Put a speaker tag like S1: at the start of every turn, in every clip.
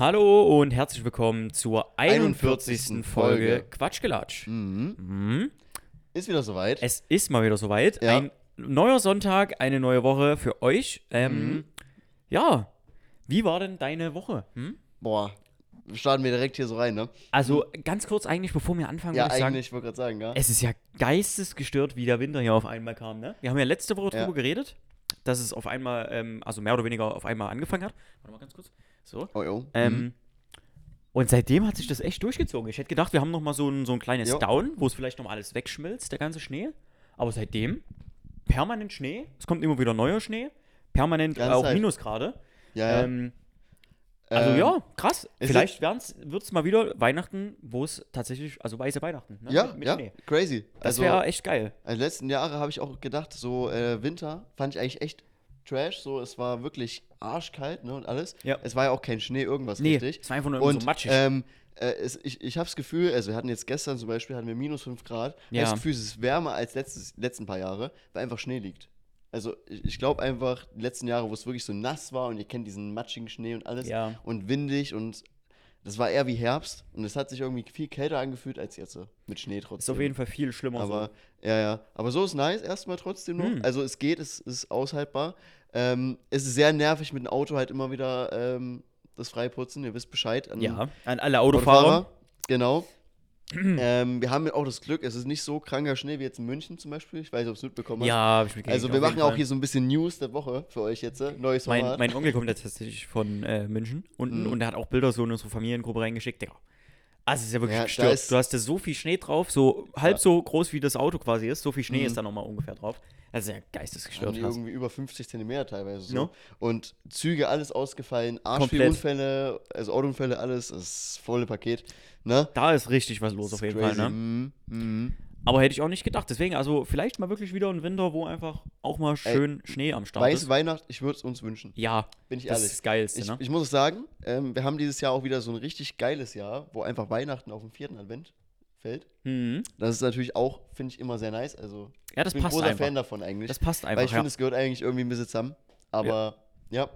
S1: Hallo und herzlich willkommen zur 41. Folge
S2: 41. Folge.
S1: Quatschgelatsch.
S2: Mhm.
S1: Mhm.
S2: Ist wieder soweit.
S1: Es ist mal wieder soweit.
S2: Ja.
S1: Ein neuer Sonntag, eine neue Woche für euch. Ähm,
S2: Mhm.
S1: Ja, wie war denn deine Woche? Hm?
S2: Boah, starten wir direkt hier so rein, ne?
S1: Also ganz kurz eigentlich, bevor wir anfangen,
S2: Ja,
S1: würde ich sagen,
S2: eigentlich, ich wollte gerade sagen, ja.
S1: es ist ja geistesgestört, wie der Winter hier auf einmal kam. Ne? Wir haben ja letzte Woche
S2: Ja.
S1: drüber geredet, dass es auf einmal, ähm, also mehr oder weniger auf einmal angefangen hat. Warte mal ganz kurz. So.
S2: Oh, jo.
S1: Ähm, Und seitdem hat sich das echt durchgezogen. Ich hätte gedacht, wir haben noch mal so ein, so ein kleines
S2: Jo.
S1: Down, wo es vielleicht noch mal alles wegschmilzt, der ganze Schnee. Aber seitdem permanent Schnee. Es kommt immer wieder neuer Schnee. Permanent
S2: Ganze
S1: auch
S2: Zeit.
S1: Minusgrade.
S2: ja, ja.
S1: Ähm, also
S2: Ähm,
S1: ja, krass.
S2: es
S1: Vielleicht wird es mal wieder Weihnachten, wo es tatsächlich, also weiße Weihnachten. Ne?
S2: Ja,
S1: mit, mit
S2: ja,
S1: Schnee.
S2: crazy.
S1: Das
S2: also,
S1: wäre echt geil.
S2: also, die letzten Jahre habe ich auch gedacht, so äh, Winter fand ich eigentlich echt trash. So, es war wirklich arschkalt, ne, und alles.
S1: Ja.
S2: Es war ja auch kein Schnee, irgendwas
S1: Nee,
S2: richtig.
S1: es war einfach nur
S2: und,
S1: so matschig.
S2: Ähm, äh, es, ich ich habe das Gefühl, also wir hatten jetzt gestern zum Beispiel, hatten wir minus 5 Grad. Ich
S1: Ja.
S2: habe das Gefühl, es ist wärmer als letztes, letzten paar Jahre, weil einfach Schnee liegt. Also ich, ich glaube einfach, die letzten Jahre, wo es wirklich so nass war und ihr kennt diesen matschigen Schnee und alles
S1: Ja.
S2: und windig und das war eher wie Herbst und es hat sich irgendwie viel kälter angefühlt als jetzt so, mit Schnee trotzdem.
S1: Ist auf jeden Fall viel schlimmer
S2: Aber
S1: so.
S2: ja, ja. Aber so ist nice erstmal trotzdem noch.
S1: Hm.
S2: Also es geht, es ist aushaltbar. Ähm, es ist sehr nervig mit dem Auto halt immer wieder ähm, das Freiputzen. Ihr wisst Bescheid. An
S1: Ja, an alle Autofahrer.
S2: Genau. ähm, wir haben ja auch das Glück, es ist nicht so kranker Schnee wie jetzt in München zum Beispiel. Ich weiß nicht, ob es mitbekommen hast.
S1: Ja, hab ich mitgekriegt,
S2: Also
S1: auf
S2: wir
S1: jeden
S2: machen auch
S1: Fall.
S2: hier so ein bisschen News der Woche für euch jetzt. äh, Neues
S1: Mein,
S2: Format.
S1: mein Onkel kommt jetzt tatsächlich von äh, München unten
S2: Mhm.
S1: und der hat auch Bilder so in unsere Familiengruppe reingeschickt. Digga. Also es ist ja wirklich
S2: Ja, da
S1: gestört.
S2: ist-
S1: du hast da so viel Schnee drauf, so halb
S2: Ja. Mhm.
S1: so groß wie das Auto quasi ist, so viel Schnee ist da nochmal ungefähr drauf. Also ja
S2: haben
S1: geistesgestört.
S2: die
S1: krass.
S2: irgendwie über 50 Zentimeter teilweise so.
S1: No.
S2: Und Züge, alles ausgefallen, Arsch viel
S1: Komplett.
S2: Unfälle, also Autounfälle, alles, das volle Paket. Ne?
S1: Da ist richtig was los auf jeden Fall, ne?
S2: Mhm. Mhm.
S1: Aber hätte ich auch nicht gedacht. Deswegen, also vielleicht mal wirklich wieder ein Winter, wo einfach auch mal schön Schnee am Start
S2: Weiß
S1: ist.
S2: Weihnacht, ich würde es uns wünschen.
S1: Ja,
S2: Bin ich
S1: das
S2: ehrlich.
S1: ist das Geilste,
S2: Ich,
S1: ne?
S2: ich muss es sagen, ähm, wir haben dieses Jahr auch wieder so ein richtig geiles Jahr, wo einfach Weihnachten auf den vierten Advent fällt.
S1: mhm.
S2: Das ist natürlich auch, finde ich, immer sehr nice. Also,
S1: Ja, das
S2: ich bin
S1: passt
S2: ein großer Fan
S1: einfach.
S2: davon eigentlich.
S1: Das passt
S2: weil
S1: einfach,
S2: ich finde,
S1: ja.
S2: es gehört eigentlich irgendwie ein bisschen zusammen. Aber ja.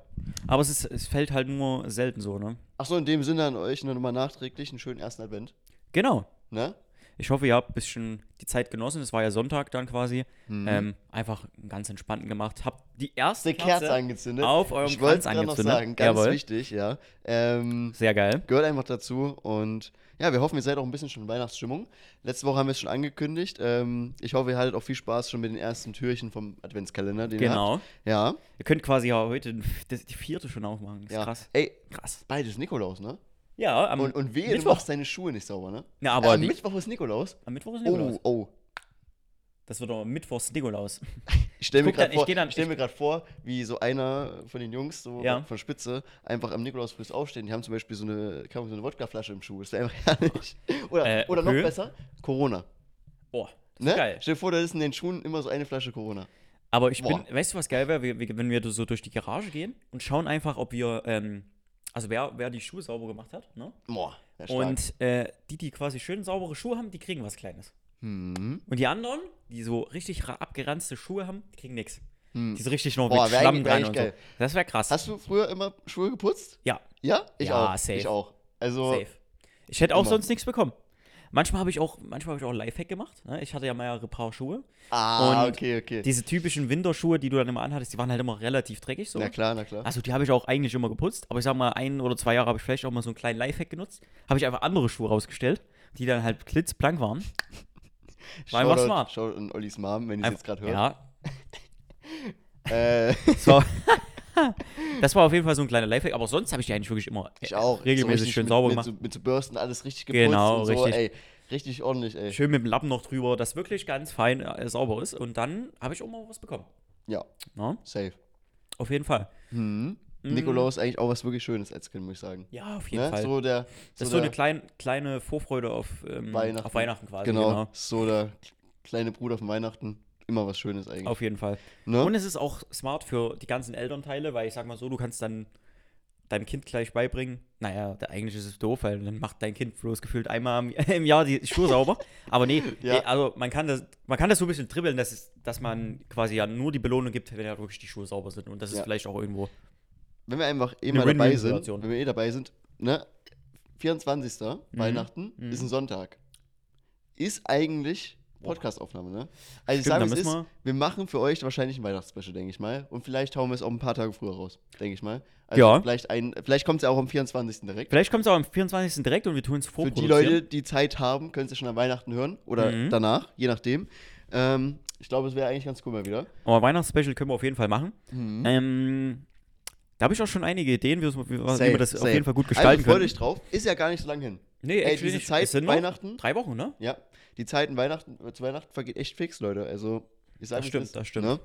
S1: Aber es, ist, es fällt halt nur selten so, ne?
S2: Achso, in dem Sinne an euch nochmal nachträglich einen schönen ersten Advent.
S1: Genau.
S2: Ne?
S1: Ich hoffe, ihr habt ein bisschen die Zeit genossen. Es war ja Sonntag dann quasi.
S2: Mhm.
S1: Ähm, einfach einen ganz entspannten gemacht. Habt die erste
S2: Eine Kerze
S1: Kerze
S2: angezündet.
S1: auf eurem
S2: ich wollte
S1: Kranz
S2: es gerade noch
S1: angezündet.
S2: sagen, ganz
S1: Jawohl.
S2: wichtig, ja. Ähm,
S1: Sehr geil.
S2: gehört einfach dazu. Und ja, wir hoffen, ihr seid auch ein bisschen schon in Weihnachtsstimmung. Letzte Woche haben wir es schon angekündigt. Ähm, ich hoffe, ihr hattet auch viel Spaß schon mit den ersten Türchen vom Adventskalender. Den Ihr
S1: Genau.
S2: habt. Ja,
S1: Ihr könnt quasi ja heute den- das- die vierte schon aufmachen. Ist
S2: ja.
S1: krass.
S2: Ey,
S1: Krass.
S2: beides Nikolaus, ne?
S1: Ja, am,
S2: Und, und wehe, du
S1: Mittwoch.
S2: machst deine Schuhe nicht sauber, ne?
S1: Ja, aber
S2: Äh, am
S1: die-
S2: Mittwoch ist Nikolaus.
S1: am Mittwoch ist Nikolaus.
S2: Oh, oh.
S1: Das wird doch Mittwochs Nikolaus.
S2: Ich stelle mir
S1: guck dann-
S2: gerade
S1: ich
S2: vor,
S1: geh dann-
S2: ich stell
S1: ich-
S2: mir grad vor, wie so einer von den Jungs so
S1: Ja.
S2: von Spitze einfach am Nikolaus früh aufstehen. Die haben zum Beispiel so eine, keine Ahnung, so eine Wodkaflasche im Schuh. Das wäre einfach herrlich. Oder,
S1: Äh,
S2: oder noch
S1: okay.
S2: besser, Corona.
S1: Boah, das
S2: Ne?
S1: ist geil.
S2: Stell dir vor, da ist in den Schuhen immer so eine Flasche Corona.
S1: Aber ich
S2: Boah.
S1: bin, weißt du, was geil wäre, wenn wir so durch die Garage gehen und schauen einfach, ob wir, ähm, also wer, wer die Schuhe sauber gemacht hat, ne?
S2: Boah, wär stark.
S1: Und äh, die, die quasi schön saubere Schuhe haben, die kriegen was Kleines.
S2: Hm.
S1: Und die anderen, die so richtig ra- abgeranzte Schuhe haben, die kriegen nichts.
S2: Hm.
S1: Die so richtig noch
S2: Boah,
S1: mit
S2: wär
S1: Schlamm
S2: eigentlich-
S1: dran
S2: wär
S1: und so.
S2: eigentlich
S1: Das wäre krass.
S2: Hast du früher immer Schuhe geputzt?
S1: ja,
S2: Ja? Ich
S1: Ja,
S2: auch.
S1: safe.
S2: Ich auch. Also,
S1: safe. Ich hätte auch
S2: immer.
S1: sonst nichts bekommen. Manchmal habe ich auch, manchmal habe ich auch Lifehack gemacht. Ne? Ich hatte ja mal ja ein paar Schuhe.
S2: ah,
S1: Und
S2: okay, okay.
S1: Diese typischen Winterschuhe, die du dann immer anhattest, die waren halt immer relativ dreckig so.
S2: na klar, na klar.
S1: Also die habe ich auch eigentlich immer geputzt, aber ich sag mal, ein oder zwei Jahre habe ich vielleicht auch mal so einen kleinen Lifehack genutzt. Habe ich einfach andere Schuhe rausgestellt, die dann halt klitzblank waren. war einfach
S2: Shoutout-
S1: smart.
S2: Shoutout an Ollis Mom, wenn ihr es jetzt gerade hört.
S1: Ja,
S2: Äh,
S1: Das war, das war auf jeden Fall so ein kleiner Lifehack, aber sonst habe ich die eigentlich wirklich immer
S2: ich auch.
S1: Äh, regelmäßig
S2: richtig
S1: schön
S2: mit,
S1: sauber
S2: mit,
S1: gemacht.
S2: so- Mit so Bürsten alles richtig geputzt.
S1: Genau,
S2: und so,
S1: richtig.
S2: Ey, richtig ordentlich, ey.
S1: schön mit dem Lappen noch drüber, dass wirklich ganz fein äh, sauber ist und dann habe ich auch mal was bekommen.
S2: Ja,
S1: Na,
S2: safe.
S1: auf jeden Fall.
S2: Hm. Nikolaus ist eigentlich auch was wirklich Schönes als Kind, muss ich sagen.
S1: Ja, Mhm. auf jeden
S2: Ne?
S1: Fall.
S2: So der,
S1: das ist so
S2: so
S1: eine
S2: der
S1: klein, kleine Vorfreude auf, ähm,
S2: Weihnachten.
S1: auf Weihnachten quasi.
S2: genau, so der kleine Bruder von Weihnachten. Immer was Schönes eigentlich.
S1: genau. Auf jeden Fall.
S2: Ne?
S1: Und es ist auch smart für die ganzen Elternteile, weil ich sag mal so, du kannst dann deinem Kind gleich beibringen. Naja, da- eigentlich ist es doof, weil dann macht dein Kind bloß gefühlt einmal am- im Jahr die Schuhe sauber. Aber nee,
S2: Ja.
S1: nee, also man kann das, man kann das so ein bisschen dribbeln, dass, es, dass man quasi ja nur die Belohnung gibt, wenn ja wirklich die Schuhe sauber sind. Und das ist
S2: Ja.
S1: vielleicht auch irgendwo.
S2: wenn wir einfach eh mal
S1: Win-Win
S2: dabei sind,
S1: Situation.
S2: wenn wir eh dabei sind, ne, 24. Weihnachten
S1: Mhm.
S2: ist ein Sonntag. Ist eigentlich Podcastaufnahme, ne? Also ich
S1: Stimmt,
S2: sage,
S1: da
S2: es
S1: müssen
S2: ist,
S1: wir-
S2: wir machen für euch wahrscheinlich ein Weihnachtsspecial, denke ich mal. Und vielleicht hauen wir es auch ein paar Tage früher raus, denke ich mal. Also
S1: Ja.
S2: Vielleicht, ein, vielleicht kommt es ja auch am 24. direkt.
S1: Vielleicht kommt es auch am 24. direkt und wir tun es
S2: Für die
S1: vorproduzieren.
S2: Leute, die Zeit haben, können sie schon an Weihnachten hören oder
S1: Mhm.
S2: danach, je nachdem. Ähm, ich glaube, es wäre eigentlich ganz cool mal wieder.
S1: Aber Weihnachtsspecial können wir auf jeden Fall machen.
S2: Mhm.
S1: Ähm, da habe ich auch schon einige Ideen, wie, wir's- wie, wie wir das auf
S2: safe.
S1: jeden Fall gut
S2: also
S1: gestalten
S2: freut euch
S1: können.
S2: drauf. Ist ja gar nicht so lange hin.
S1: Nee,
S2: Ey,
S1: actually
S2: diese
S1: nicht.
S2: Zeit,
S1: Es sind noch
S2: Weihnachten.
S1: Drei Wochen, ne?
S2: Ja, die Zeiten Weihnachten, zu Weihnachten vergeht echt fix, Leute. Also, ich sage
S1: Das stimmt, das stimmt.
S2: Ne?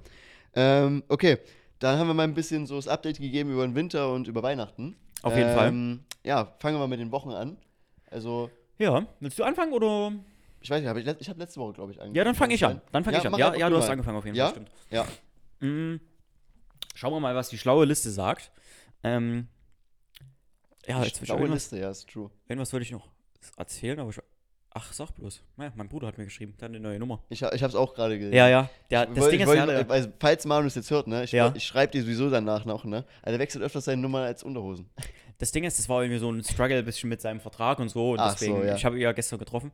S2: Ähm, okay, dann haben wir mal ein bisschen so das Update gegeben über den Winter und über Weihnachten.
S1: Auf jeden
S2: Fall. Ja, fangen wir mal mit den Wochen an. Also,
S1: Ja. Willst du anfangen oder?
S2: ich weiß nicht, hab ich, let- ich habe letzte Woche, glaube ich, angefangen.
S1: Ja, dann fange ich an. Dann fange
S2: Ja,
S1: ich
S2: mach
S1: an. Ja,
S2: einfach
S1: ja, du
S2: du
S1: hast
S2: mal.
S1: angefangen auf jeden
S2: Ja?
S1: Fall. Stimmt.
S2: Ja,
S1: Mm, schauen wir mal, was die schlaue Liste sagt. Ähm, ja,
S2: die
S1: Ah, jetzt will ich
S2: schlaue
S1: irgendwas,
S2: Liste, ja, ist true.
S1: irgendwas wollte ich noch erzählen, aber ich, ach, sag bloß. Naja, mein Bruder hat mir geschrieben, dann eine neue Nummer.
S2: Ich, ha- ich habe es auch gerade gesehen.
S1: Ja, ja. Der,
S2: Ich
S1: das
S2: woll-
S1: Ding
S2: ich
S1: ist
S2: wollt-
S1: ja, der,
S2: also, falls Manus jetzt hört, ne? Ich,
S1: Ja.
S2: ich schreibe dir sowieso danach noch, ne? Also, der wechselt öfters seine Nummer als Unterhosen.
S1: das Ding ist, das war irgendwie so ein Struggle ein bisschen mit seinem Vertrag und so. Und
S2: Ach
S1: deswegen,
S2: so, ja.
S1: ich habe ihn ja gestern getroffen.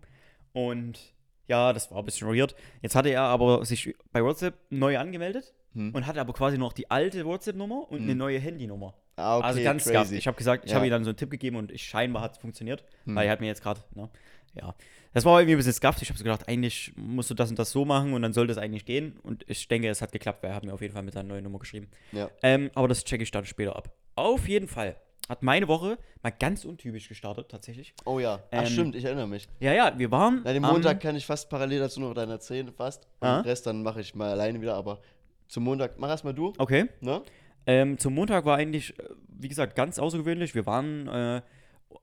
S1: Und ja, das war ein bisschen weird. Jetzt hatte er aber sich bei WhatsApp neu angemeldet
S2: Hm.
S1: und hatte aber quasi noch die alte WhatsApp-Nummer und eine neue Handynummer.
S2: Ah, okay,
S1: also ganz crazy.
S2: crazy.
S1: Ich habe gesagt, ich
S2: Ja. Hm.
S1: habe ihm dann so einen Tipp gegeben und ich, scheinbar hat es funktioniert, weil er hat mir jetzt gerade, ne, ja. Das war irgendwie ein bisschen skafft. Ich habe so gedacht, eigentlich musst du das und das so machen und dann sollte es eigentlich gehen. Und ich denke, es hat geklappt, weil er hat mir auf jeden Fall mit seiner neuen Nummer geschrieben.
S2: ja.
S1: Ähm, aber das checke ich dann später ab. Auf jeden Fall hat meine Woche mal ganz untypisch gestartet, tatsächlich.
S2: Oh ja. Ach,
S1: Ähm,
S2: stimmt, ich erinnere mich.
S1: Ja, ja, wir waren.
S2: Na, den
S1: am-
S2: Montag kann ich fast parallel dazu noch deiner erzählen, fast. Und
S1: Ah.
S2: den Rest dann mache ich mal alleine wieder, aber zum Montag, mach erst mal du,
S1: Okay.
S2: ne?
S1: Ähm, zum Montag war eigentlich, äh, wie gesagt, ganz außergewöhnlich. Wir waren äh,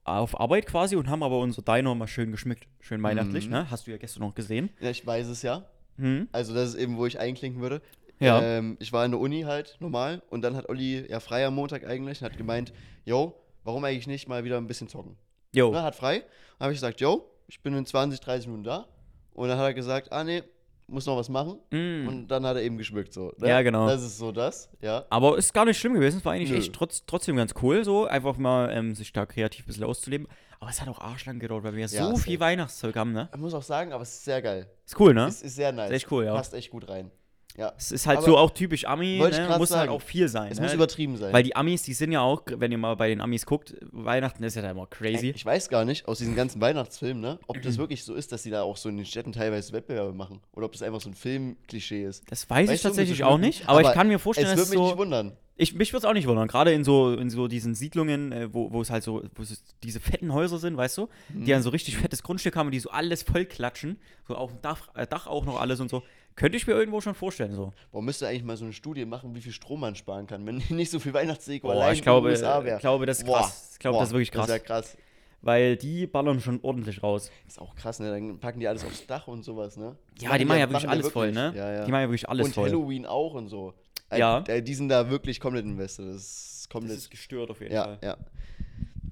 S1: auf Arbeit quasi und haben aber unser Diner mal schön geschmückt. Schön weihnachtlich,
S2: Mhm.
S1: ne? Hast du ja gestern noch gesehen.
S2: Ja, ich weiß es ja.
S1: Hm?
S2: Also das ist eben, wo ich einklinken würde.
S1: Ja.
S2: Ähm, ich war in der Uni halt, normal. Und dann hat Olli, ja, frei am Montag eigentlich, und hat gemeint, yo, warum eigentlich nicht mal wieder ein bisschen zocken?
S1: Jo.
S2: Ne, hat frei. Dann habe ich gesagt, yo, ich bin in 20, 30 Minuten da. Und dann hat er gesagt, ah nee, muss noch was machen.
S1: Mm.
S2: Und dann hat er eben geschmückt so. ne?
S1: Ja, genau.
S2: Das ist so das, ja.
S1: Aber ist gar nicht schlimm gewesen. Es war eigentlich
S2: Nö.
S1: echt trotz, trotzdem ganz cool, so einfach mal ähm, sich da kreativ ein bisschen auszuleben. Aber es hat auch arschlang gedauert, weil wir so
S2: safe.
S1: viel Weihnachtszeug haben, ne?
S2: Ich muss auch sagen, aber es ist sehr geil.
S1: Ist cool, ne?
S2: Ist, ist sehr nice.
S1: Ist echt cool, ja.
S2: Passt echt gut rein. Ja.
S1: Es ist halt
S2: Aber
S1: so auch typisch Ami,
S2: Wollte ich
S1: ne?
S2: grad
S1: muss halt
S2: sagen.
S1: auch viel sein.
S2: Es
S1: ne?
S2: muss übertrieben sein.
S1: Weil die Amis, die sind ja auch, wenn ihr mal bei den Amis guckt, Weihnachten ist ja da immer crazy.
S2: ich weiß gar nicht, aus diesen ganzen Weihnachtsfilmen, ne, ob
S1: Mhm.
S2: das wirklich so ist, dass die da auch so in den Städten teilweise Wettbewerbe machen. Oder ob das einfach so ein Filmklischee ist.
S1: Das weiß ich
S2: Weißt du, um
S1: tatsächlich
S2: mit so
S1: auch
S2: Schlitten?
S1: nicht, aber, ich kann mir vorstellen,
S2: es
S1: dass
S2: würde
S1: es
S2: mich nicht
S1: so.
S2: wundern.
S1: Ich, mich würde es auch nicht wundern, gerade in so, in so diesen Siedlungen, äh, wo wo es halt so, wo es diese fetten Häuser sind, weißt du,
S2: Mhm.
S1: die dann so richtig fettes Grundstück haben und die so alles voll klatschen, so auf dem Dach, äh, Dach auch noch alles und so. Könnte ich mir irgendwo schon vorstellen, so.
S2: Warum müsste eigentlich mal so eine Studie machen, wie viel Strom man sparen kann, wenn nicht so viel Weihnachtsdeko
S1: Boah,
S2: allein
S1: ich glaube-
S2: in den USA wäre?
S1: ich glaube, das ist
S2: Boah,
S1: krass. Ich glaube,
S2: boah,
S1: das ist wirklich
S2: Das
S1: krass.
S2: ist ja krass.
S1: Weil die ballern schon ordentlich raus.
S2: Ist auch krass, ne? Dann packen die alles aufs Dach und sowas, ne?
S1: Ja, die machen ja wirklich alles
S2: wirklich.
S1: voll, ne?
S2: Ja, ja.
S1: Die machen ja wirklich alles
S2: und
S1: voll.
S2: Halloween auch und so.
S1: Ja.
S2: Äh, Die sind da wirklich komplett invested. Das ist komplett.
S1: gestört auf jeden
S2: ja, ja.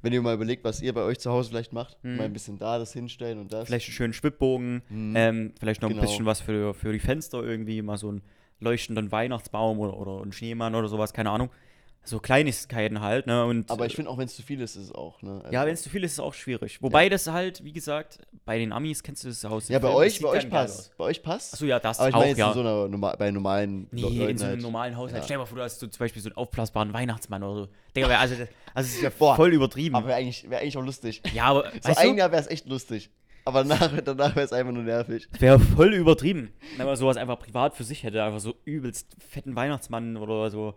S2: Wenn ihr mal überlegt, was ihr bei euch zu Hause vielleicht macht, mal ein bisschen da das hinstellen und das.
S1: Hm. Vielleicht einen schönen Schwibbogen, ähm, vielleicht noch
S2: Genau.
S1: ein bisschen was für, für die Fenster irgendwie, mal so einen leuchtenden Weihnachtsbaum oder, oder einen Schneemann oder sowas, keine Ahnung. So Kleinigkeiten halt, ne? Und
S2: Aber ich
S1: äh,
S2: finde auch, wenn es zu viel ist, ist es auch. Ne? Also-
S1: ja, wenn es zu viel ist, ist es auch schwierig. Wobei das halt, wie gesagt, bei den Amis kennst du das Haus.
S2: ja, bei euch, bei euch passt. Bei euch passt.
S1: Achso, ja, das
S2: Aber ich
S1: auch,
S2: meine jetzt
S1: ja.
S2: in so einer, norma- bei normalen
S1: Nee,
S2: Le-
S1: in
S2: Leuten
S1: so einem
S2: halt.
S1: normalen Haushalt.
S2: Ja.
S1: Stell dir mal vor, du hast so zum Beispiel so einen aufblasbaren Weihnachtsmann oder so. Digga, wär- also, das- also das ist ja
S2: Boah,
S1: voll übertrieben.
S2: Aber wäre eigentlich, wär eigentlich auch lustig.
S1: ja, aber
S2: so
S1: weißt du,
S2: ein Jahr wäre es echt lustig. Aber nach, danach wäre es einfach nur nervig.
S1: Wäre voll übertrieben, wenn man sowas einfach privat für sich hätte. Einfach so übelst fetten Weihnachtsmann oder so.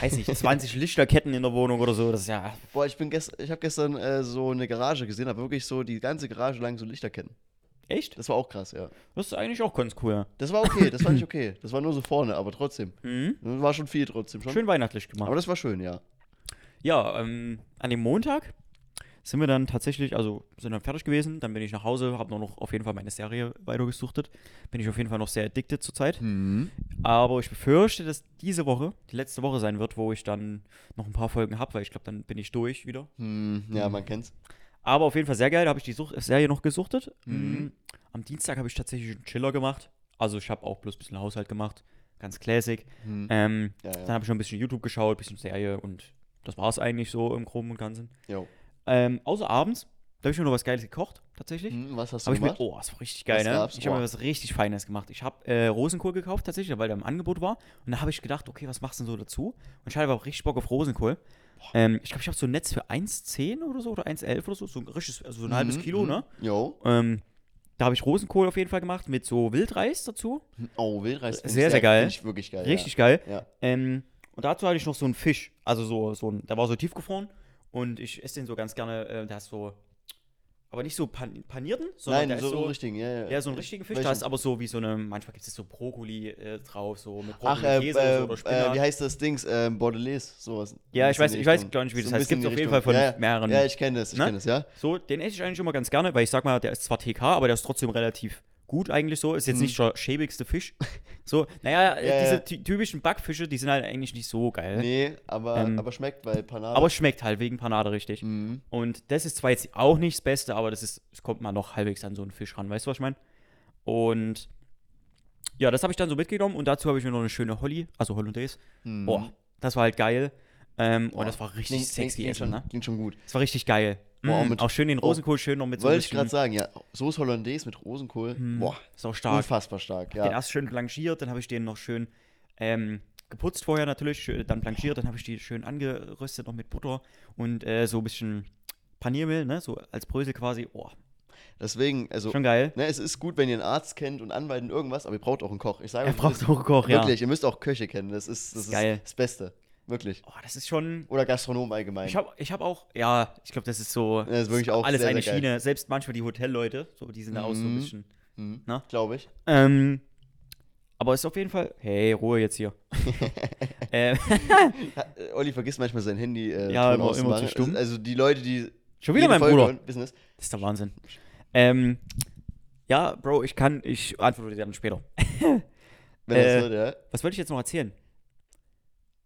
S1: Weiß nicht, 20 Lichterketten in der Wohnung oder so. Das ist ja.
S2: Boah, ich bin gestern, ich habe gestern äh, so eine Garage gesehen, habe wirklich so die ganze Garage lang so Lichterketten.
S1: Echt?
S2: Das war auch krass, ja.
S1: Das ist eigentlich auch ganz cool.
S2: Das war okay, das fand ich okay. Das war nur so vorne, aber trotzdem.
S1: Mhm.
S2: Das war schon viel trotzdem schon.
S1: Schön weihnachtlich
S2: Aber
S1: gemacht.
S2: das war schön, ja.
S1: Ja, ähm, an dem Montag sind wir dann tatsächlich, also sind dann fertig gewesen. Dann bin ich nach Hause, habe noch auf jeden Fall meine Serie weitergesuchtet. Bin ich auf jeden Fall noch sehr addicted zurzeit.
S2: Mhm.
S1: Aber ich befürchte, dass diese Woche die letzte Woche sein wird, wo ich dann noch ein paar Folgen habe, weil ich glaube, dann bin ich durch wieder.
S2: Hm, ja, man kennt's.
S1: Aber auf jeden Fall sehr geil, da habe ich die Such Serie noch gesuchtet. Mhm. Am Dienstag habe ich tatsächlich einen Chiller gemacht. Also ich habe auch bloß ein bisschen Haushalt gemacht, ganz classic. Ähm,
S2: Hm. Ja, ja.
S1: Dann habe ich noch ein bisschen YouTube geschaut, ein bisschen Serie und das war es eigentlich so im Groben und Ganzen.
S2: Jo.
S1: Ähm, außer abends, da habe ich mir noch was Geiles gekocht, tatsächlich.
S2: Hm, was hast du
S1: Habe ich mir,
S2: gemacht?
S1: oh, das war richtig geil,
S2: Was
S1: ne?
S2: gab's?
S1: Ich habe
S2: Boah.
S1: mir was richtig Feines gemacht. Ich habe äh, Rosenkohl gekauft, tatsächlich, weil der im Angebot war. Und da habe ich gedacht, okay, was machst du denn so dazu? Und ich hatte aber auch richtig Bock auf Rosenkohl. Ähm, ich glaube, ich habe so ein Netz für 1,10 oder so oder 1,11 oder so, so ein richtiges, also so ein halbes
S2: Mhm,
S1: Kilo,
S2: mhm.
S1: ne?
S2: Jo.
S1: Ähm, da habe ich Rosenkohl auf jeden Fall gemacht mit so Wildreis dazu.
S2: Oh, Wildreis. find ich
S1: Sehr, sehr geil.
S2: find Ich wirklich geil.
S1: Richtig geil.
S2: Ja. ja.
S1: Ähm, und dazu hatte ich noch so einen Fisch. Also so, so ein, der war so tiefgefroren. Und ich esse den so ganz gerne. Äh, der ist so, aber nicht so pan panierten, sondern
S2: Nein,
S1: der
S2: so,
S1: ist so,
S2: einen richtigen. Ja, ja.
S1: ja, so einen richtigen Fisch. Da
S2: Äh, Welchen?
S1: ist aber so wie so eine, manchmal gibt es so Brokkoli äh, drauf, so mit Brokkoli,
S2: Ach, äh,
S1: Käse
S2: äh,
S1: oder
S2: äh,
S1: Spinat.
S2: wie heißt das Dings? Äh, Bordelaise, sowas.
S1: Ja,
S2: Ein
S1: ich
S2: bisschen
S1: weiß-
S2: in die
S1: ich weiß
S2: Richtung.
S1: gar nicht, wie das
S2: ein
S1: heißt.
S2: bisschen
S1: Gibt's
S2: in
S1: auf
S2: die
S1: jeden
S2: Richtung.
S1: Fall von
S2: ja, ja.
S1: mehreren.
S2: Ja, ich kenne das, ich
S1: Ne?
S2: kenne das, ja.
S1: so, den esse ich eigentlich immer ganz gerne, weil ich sag mal, der ist zwar TK, aber der ist trotzdem relativ gut eigentlich so. Ist jetzt nicht der schäbigste Fisch. So, naja, äh,
S2: Mhm. Ja, ja.
S1: diese ty- typischen Backfische, die sind halt eigentlich nicht so geil.
S2: Nee, aber,
S1: Ähm,
S2: aber schmeckt, weil Panade.
S1: Aber es schmeckt halt wegen Panade richtig.
S2: Mhm.
S1: Und das ist zwar jetzt auch nicht das Beste, aber das ist, es kommt mal noch halbwegs an so einen Fisch ran, weißt du, was ich meine? Und ja, das habe ich dann so mitgenommen und dazu habe ich mir noch eine schöne Holly, also Hollandaise.
S2: Mhm.
S1: Boah, das war halt geil. Ähm,
S2: Boah.
S1: und das war richtig
S2: Klingt-
S1: sexy
S2: klingt,
S1: Essen,
S2: klingt schon,
S1: ne?
S2: Klingt schon gut.
S1: Das war richtig geil.
S2: Boah,
S1: Mm,
S2: mit-
S1: auch schön den
S2: oh,
S1: Rosenkohl, schön noch mit so ein
S2: Wollte ich gerade
S1: bisschen,
S2: sagen, ja. Soße Hollandaise mit Rosenkohl. Boah,
S1: so stark.
S2: unfassbar stark,
S1: Den
S2: ja.
S1: erst schön blanchiert, dann habe ich den noch schön ähm, geputzt vorher natürlich, schö- dann blanchiert, dann habe ich die schön angeröstet noch mit Butter und äh, so ein bisschen Paniermehl, ne? So als Brösel quasi. Oh,
S2: Deswegen, also,
S1: schon geil.
S2: ne, es ist gut, wenn ihr einen Arzt kennt und Anwalt und irgendwas, aber ihr braucht auch einen Koch. Ich sage
S1: Er
S2: euch,
S1: braucht auch einen Koch, ja.
S2: Wirklich, ihr müsst auch Köche kennen. Das ist das, ist
S1: Geil.
S2: das Beste. Wirklich.
S1: Oh, das ist schon.
S2: Oder Gastronom allgemein.
S1: Ich habe ich hab auch, ja, ich glaube, das ist so
S2: Das ist wirklich auch
S1: alles
S2: sehr,
S1: eine
S2: sehr geil.
S1: Schiene. Selbst manchmal die Hotelleute, so, die sind da auch so ein
S2: Mhm.
S1: bisschen.
S2: mhm.
S1: Na?
S2: Glaube ich.
S1: Ähm, aber ist auf jeden Fall. Hey, Ruhe jetzt hier. ähm,
S2: Ha- äh, Olli vergisst manchmal sein Handy. Äh,
S1: Ja, immer-
S2: Ton
S1: immer zu
S2: auszumachen.
S1: stumm.
S2: Also die Leute, die.
S1: schon wieder
S2: jede
S1: mein
S2: Folge
S1: Bruder.
S2: hören, wissen es.
S1: Das ist der Wahnsinn. Ähm, ja, Bro, ich kann, ich antworte dir dann später.
S2: Wenn
S1: Äh,
S2: das wird, ja.
S1: Was wollte ich jetzt noch erzählen?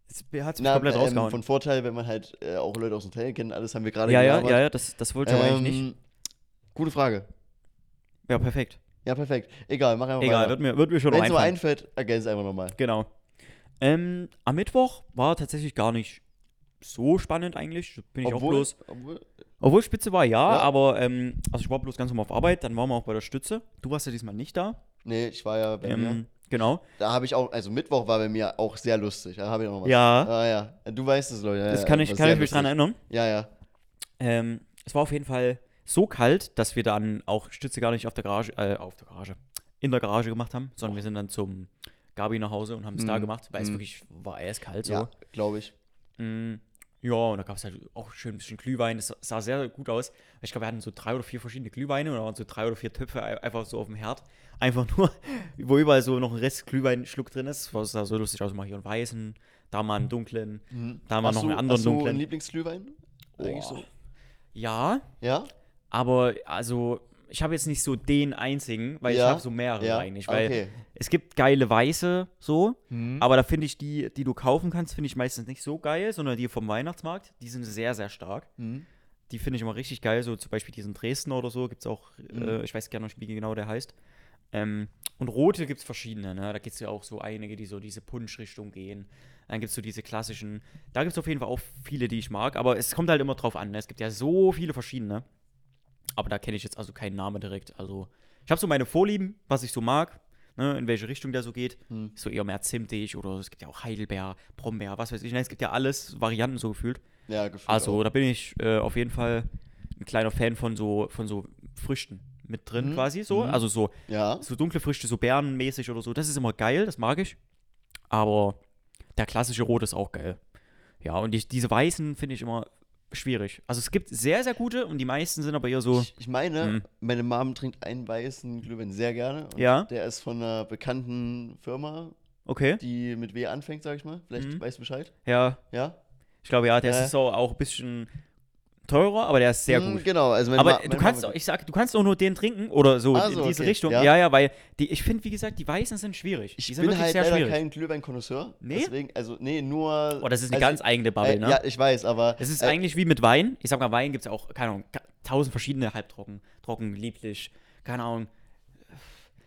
S1: Jetzt hat mich
S2: Na,
S1: komplett
S2: ähm,
S1: rausgehauen.
S2: von Vorteil, wenn man halt äh, auch Leute aus dem Hotel kennt, alles haben wir gerade
S1: ja, ja,
S2: gelabert.
S1: ja, ja, das, das wollte ich aber eigentlich nicht.
S2: Ähm, Gute Frage.
S1: Ja, perfekt.
S2: Ja, perfekt. Egal, mach einfach
S1: Egal,
S2: weiter.
S1: wird mir, wird mir schon noch
S2: Wenn es nur
S1: einfallen.
S2: einfällt, ergänzt einfach nochmal.
S1: Genau. Ähm, am Mittwoch war tatsächlich gar nicht so spannend eigentlich. Bin ich auch bloß.
S2: obwohl-
S1: Obwohl Spitze war, ja,
S2: Ja.
S1: aber ähm, also ich war bloß ganz normal auf Arbeit, dann waren wir auch bei der Stütze. Du warst ja diesmal nicht da.
S2: Nee, ich war ja bei mir.
S1: Ähm, genau.
S2: Da habe ich auch, also Mittwoch war bei mir auch sehr lustig. Da habe ich noch was.
S1: Ja.
S2: Ah, ja. Du weißt es, Leute. Ja,
S1: Das
S2: ja,
S1: kann ich,
S2: war
S1: kann
S2: sehr
S1: ich mich dran
S2: lustig.
S1: erinnern.
S2: Ja, ja.
S1: Ähm, es war auf jeden Fall so kalt, dass wir dann auch Stütze gar nicht auf der Garage, äh, auf der Garage, in der Garage gemacht haben, sondern wir sind dann zum Gabi nach Hause und haben es da
S2: Mhm.
S1: gemacht, weil es
S2: Mhm.
S1: wirklich war eiskalt so.
S2: Ja,
S1: Ja,
S2: glaube ich.
S1: ja und da gab es halt auch schön ein bisschen Glühwein, das sah sehr gut aus. Ich glaube, wir hatten so drei oder vier verschiedene Glühweine und da waren so drei oder vier Töpfe ei- einfach so auf dem Herd. Einfach nur, wo überall so noch ein Rest Glühweinschluck drin ist, was sah so lustig aus, mal hier einen weißen, da mal einen dunklen, da mal
S2: Mhm. Hast
S1: noch
S2: du-
S1: einen anderen
S2: hast du einen
S1: dunklen.
S2: Lieblingsglühwein? Eigentlich so.
S1: Ja,
S2: Ja?
S1: Aber also, ich habe jetzt nicht so den einzigen, weil ich
S2: Ja,
S1: habe so mehrere
S2: ja,
S1: eigentlich. Weil Mhm.
S2: okay. Mhm.
S1: es gibt geile Weiße so, aber da finde ich die, die du kaufen kannst, finde ich meistens nicht so geil, sondern die vom Weihnachtsmarkt, die sind sehr, sehr stark. Die finde ich immer richtig geil, so zum Beispiel diesen Dresdner oder so, gibt es auch, äh, ich weiß gar nicht, wie genau der heißt. Ähm, und rote gibt es verschiedene, ne? da gibt es ja auch so einige, die so diese Punschrichtung gehen. Dann gibt es so diese klassischen, da gibt es auf jeden Fall auch viele, die ich mag, aber es kommt halt immer drauf an, ne? es gibt ja so viele verschiedene. Aber da kenne ich jetzt also keinen Namen direkt. Also, ich habe so meine Vorlieben, was ich so mag, ne, in welche Richtung der so geht.
S2: Mhm.
S1: So eher mehr zimtig oder es gibt ja auch Heidelbeer, Brombeer, was weiß ich. Nein, es gibt ja alles Varianten so gefühlt.
S2: Ja, gefühlt.
S1: Also,
S2: auch.
S1: da bin ich äh, auf jeden Fall ein kleiner Fan von so, von so Früchten mit drin
S2: Mhm.
S1: quasi so.
S2: Mhm.
S1: Also so,
S2: Ja.
S1: so dunkle Früchte, so beerenmäßig oder so. Das ist immer geil, das mag ich. Aber der klassische Rot ist auch geil. Ja, und die, diese Weißen finde ich immer schwierig. Also es gibt sehr, sehr gute und die meisten sind aber eher so.
S2: Ich, ich meine,
S1: Mhm.
S2: meine Mom trinkt einen weißen Glühwein sehr gerne. Und
S1: Ja.
S2: Der ist von einer bekannten Firma,
S1: Okay.
S2: die mit W anfängt, sag ich mal. Vielleicht
S1: Mhm.
S2: weißt du Bescheid.
S1: Ja,
S2: Ja?
S1: Ich glaube, ja, der
S2: Ja.
S1: ist auch, auch ein bisschen teurer, aber der ist sehr
S2: Mhm,
S1: gut.
S2: Genau. Also meine Ma-
S1: Aber
S2: meine
S1: du kannst, auch,
S2: Mama,
S1: ich sag, du kannst auch nur den trinken oder so
S2: Ah,
S1: in
S2: so,
S1: diese
S2: okay,
S1: Richtung. Ja,
S2: ja.
S1: ja, weil die, ich finde, wie gesagt, die Weißen sind schwierig.
S2: ich
S1: die sind
S2: bin
S1: wirklich
S2: halt
S1: sehr
S2: leider
S1: schwierig.
S2: kein Glühwein-Konnoisseur.
S1: Nee?
S2: Deswegen, also, nee, nur.
S1: oh, das ist eine
S2: also,
S1: ganz eigene Bubble,
S2: äh,
S1: ne?
S2: Ja, ich weiß, aber.
S1: Es ist
S2: äh,
S1: eigentlich wie mit Wein. Ich sag mal, Wein gibt es auch, keine Ahnung, ka- tausend verschiedene halbtrocken, trocken, lieblich, keine Ahnung.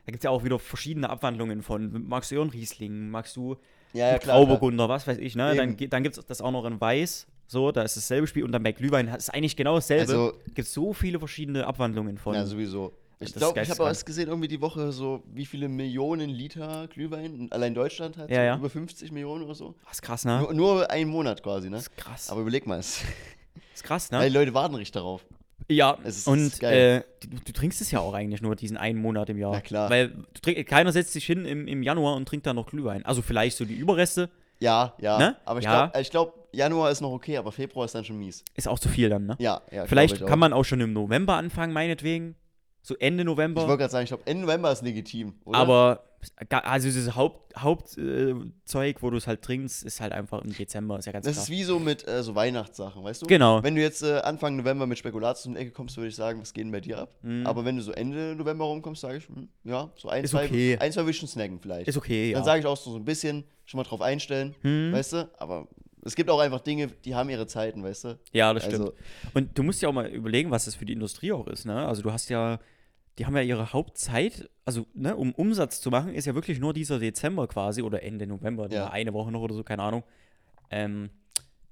S1: Da gibt es ja auch wieder verschiedene Abwandlungen von. Magst du eher einen Riesling? Magst du
S2: ja, ja,
S1: einen
S2: klar, klar.
S1: Grauburgunder? Was weiß ich, ne? Dann,
S2: Eben.
S1: ge- dann gibt es das auch noch in Weiß. So, da ist dasselbe Spiel und dann bei Glühwein ist eigentlich genau dasselbe.
S2: Also-
S1: Gibt so viele verschiedene Abwandlungen von.
S2: Ja, sowieso. Ich
S1: Das ist
S2: glaube, ich habe
S1: geisteskrank.
S2: auch erst gesehen, irgendwie die Woche so, wie viele Millionen Liter Glühwein allein Deutschland hat.
S1: Ja, ja.
S2: Über 50 Millionen oder so.
S1: Ach, ist krass, ne?
S2: Nur, nur einen Monat quasi, ne?
S1: Das ist krass.
S2: Aber überleg mal es.
S1: ist krass,
S2: Weil
S1: ne?
S2: die Leute warten richtig darauf.
S1: Ja,
S2: es ist
S1: und äh,
S2: geil.
S1: du, du trinkst es ja auch eigentlich nur diesen einen Monat im Jahr.
S2: Na klar.
S1: Weil du trink, keiner setzt sich hin im, im Januar und trinkt dann noch Glühwein. Also vielleicht so die Überreste.
S2: Ja, ja.
S1: Ne?
S2: Aber ich
S1: Ja.
S2: glaube, ich glaub, Januar ist noch okay, aber Februar ist dann schon mies.
S1: Ist auch zu viel dann, ne?
S2: Ja, ja. glaub
S1: vielleicht
S2: ich auch.
S1: kann man auch schon im November anfangen, meinetwegen. So Ende
S2: Ich
S1: November.
S2: wollte gerade sagen, ich glaube, Ende November ist legitim. Oder?
S1: Aber ga- also dieses Haupt, Hauptzeug, äh, Zeug, wo du es halt trinkst, ist halt einfach im Dezember, ist ja ganz
S2: Das
S1: klar.
S2: ist wie so mit äh, so Weihnachtssachen, weißt du?
S1: Genau.
S2: Wenn du jetzt äh, Anfang November mit Spekulatius um die Ecke kommst, würde ich sagen, was geht denn bei dir ab?
S1: Mhm.
S2: Aber wenn du so Ende November rumkommst, sage ich, hm, ja, so ein,
S1: Ist
S2: zwei,
S1: okay.
S2: ein, zwei würde ich schon snacken vielleicht.
S1: ist okay, ja.
S2: Dann sage ich auch so, so ein bisschen, schon mal drauf einstellen,
S1: Hm.
S2: weißt du? Aber es gibt auch einfach Dinge, die haben ihre Zeiten, weißt du?
S1: ja, das stimmt.
S2: also-
S1: Und du musst ja auch mal überlegen, was das für die Industrie auch ist, ne? Also du hast ja, die haben ja ihre Hauptzeit, also ne, um Umsatz zu machen, ist ja wirklich nur dieser Dezember quasi oder Ende November,
S2: Ja.
S1: ja. eine Woche noch oder so, keine Ahnung. Ähm,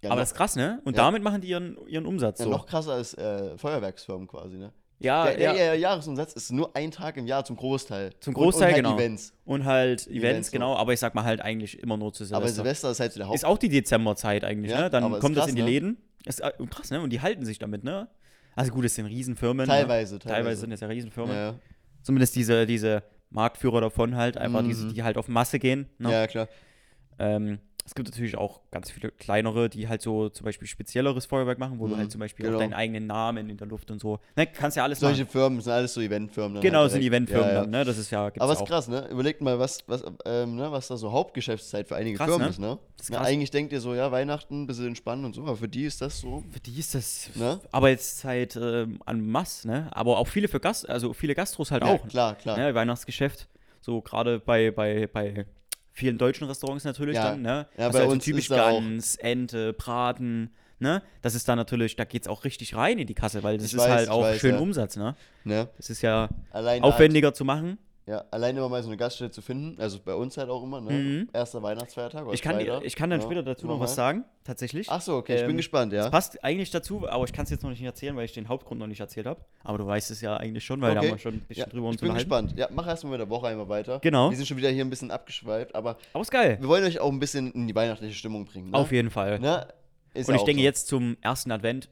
S2: Ja,
S1: aber
S2: noch,
S1: das ist krass, ne? Und
S2: Ja.
S1: damit machen die ihren, ihren Umsatz
S2: ja,
S1: so.
S2: noch krasser als äh, Feuerwerksfirmen quasi, ne?
S1: Ja,
S2: der, der,
S1: ja.
S2: der Jahresumsatz ist nur ein Tag im Jahr zum Großteil.
S1: Zum
S2: Und-
S1: Großteil,
S2: und halt
S1: genau.
S2: Events.
S1: Und halt Events,
S2: Events, so.
S1: genau, aber ich sag mal halt eigentlich immer nur zu Silvester.
S2: Aber Silvester ist halt so der Haupt.
S1: Ist auch die Dezemberzeit eigentlich,
S2: Ja,
S1: ne? Dann
S2: aber ist
S1: kommt das
S2: krass,
S1: in die
S2: ne?
S1: Läden. Ist äh, krass, ne? Und die halten sich damit, ne? Also gut, es sind Riesenfirmen.
S2: Teilweise,
S1: ne?
S2: teilweise.
S1: teilweise. sind das ja Riesenfirmen.
S2: ja,
S1: Zumindest diese, diese Marktführer davon halt, einfach diese, die halt auf Masse gehen. Ne?
S2: Mhm. ja, klar.
S1: Ähm, es gibt natürlich auch ganz viele kleinere, die halt so zum Beispiel spezielleres Feuerwerk machen, wo du
S2: Mhm,
S1: halt zum Beispiel
S2: genau.
S1: auch deinen eigenen Namen in der Luft und so. Ne, kannst ja alles
S2: Solche
S1: machen.
S2: Firmen sind alles so Eventfirmen. dann
S1: Genau,
S2: halt
S1: sind
S2: direkt.
S1: Eventfirmen
S2: Ja, ja.
S1: dann, ne? Das ist ja gibt's
S2: Aber es
S1: auch.
S2: ist krass, ne? Überlegt mal, was, was, ähm, ne, was da so Hauptgeschäftszeit für einige
S1: Krass,
S2: Firmen
S1: ne?
S2: ist, ne?
S1: Das ist
S2: Na,
S1: krass.
S2: eigentlich denkt ihr so, ja, Weihnachten, bisschen entspannen und so, aber für die ist das so.
S1: Für die ist das
S2: Ne?
S1: Arbeitszeit ähm, an Mass, ne? Aber auch viele für Gast, also viele Gastros halt
S2: ja,
S1: auch.
S2: Klar, klar.
S1: ne, Weihnachtsgeschäft. So gerade bei, bei, bei vielen deutschen Restaurants natürlich
S2: Ja.
S1: dann, ne?
S2: Ja,
S1: Hast
S2: bei
S1: du
S2: uns
S1: typisch
S2: ist da auch-
S1: Gans, Ente, Braten, ne? Das ist da natürlich, da geht's auch richtig rein in die Kasse, weil das
S2: Ich
S1: ist
S2: weiß, ich
S1: halt auch
S2: weiß,
S1: schön
S2: ja.
S1: Umsatz, ne?
S2: Ne?
S1: Das ist ja
S2: Allein
S1: aufwendiger zu machen.
S2: Da, ja, allein immer mal so eine Gaststätte zu finden, also bei uns halt auch immer, ne?
S1: Mhm.
S2: Erster Weihnachtsfeiertag oder
S1: Ich kann,
S2: zweiter,
S1: ich kann dann
S2: ja,
S1: später dazu
S2: immer
S1: noch was
S2: mal.
S1: sagen, tatsächlich.
S2: Ach so, okay, ich bin
S1: Ähm,
S2: gespannt, ja.
S1: Das passt eigentlich dazu, aber ich kann es jetzt noch nicht erzählen, weil ich den Hauptgrund noch nicht erzählt habe. Aber du weißt es ja eigentlich schon, weil da
S2: Okay.
S1: haben wir schon ein bisschen
S2: ja,
S1: drüber uns
S2: ich bin
S1: unterhalten.
S2: gespannt. Ja, mach erstmal mit der Woche einmal weiter.
S1: Genau.
S2: Wir sind schon wieder hier ein bisschen abgeschweift, aber
S1: Aber ist geil.
S2: wir wollen euch auch ein bisschen in die weihnachtliche Stimmung bringen. Ne?
S1: Auf jeden Fall.
S2: Ne? Ist
S1: Und
S2: ja
S1: ich
S2: auch
S1: denke,
S2: so.
S1: jetzt zum ersten Advent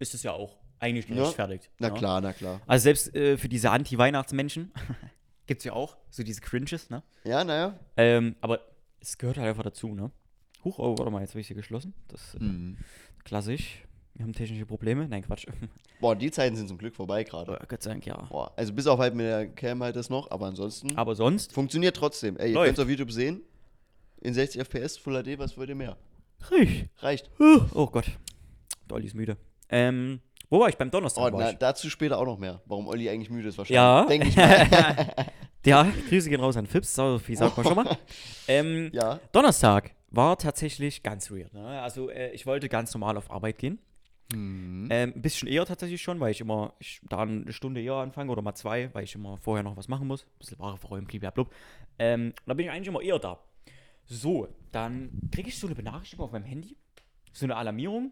S1: ist es ja auch eigentlich
S2: Ja,
S1: gerechtfertigt.
S2: Na
S1: ja.
S2: klar, na klar.
S1: Also selbst äh, für diese Anti-Weihnachtsmenschen gibt es ja auch so diese Cringes, ne?
S2: Ja, naja.
S1: Ähm, aber es gehört halt einfach dazu, ne? Huch, oh, warte mal, jetzt habe ich sie geschlossen. Das äh,
S2: Hm.
S1: klassisch. Wir haben technische Probleme. Nein, Quatsch.
S2: Boah, die Zeiten sind zum Glück vorbei gerade.
S1: Aber Gott sei Dank, ja.
S2: Boah, also bis auf halt mit der Cam halt das noch, aber ansonsten
S1: Aber sonst,
S2: funktioniert trotzdem. Ey, ihr
S1: Läuft.
S2: könnt es auf YouTube sehen. In 60 FPS, Full HD, was wollt ihr mehr?
S1: riech.
S2: Reicht.
S1: Huh. Oh Gott. Dolly ist müde. Ähm, wo war ich? Beim Donnerstag
S2: Oh,
S1: war
S2: na,
S1: ich.
S2: dazu später auch noch mehr. Warum Olli eigentlich müde ist wahrscheinlich.
S1: Ja.
S2: Denke ich mal.
S1: Ja, Grüße gehen raus an Fips. So viel sagt man schon mal. Ähm,
S2: ja.
S1: Donnerstag war tatsächlich ganz weird. Ne? Also äh, ich wollte ganz normal auf Arbeit gehen.
S2: Mhm.
S1: Ähm, ein bisschen eher tatsächlich schon, weil ich immer ich, da eine Stunde eher anfange oder mal zwei, weil ich immer vorher noch was machen muss. Ein bisschen Ware verräumen, blablabla. Ähm, da bin ich eigentlich immer eher da. So, dann kriege ich so eine Benachrichtigung auf meinem Handy. So eine Alarmierung.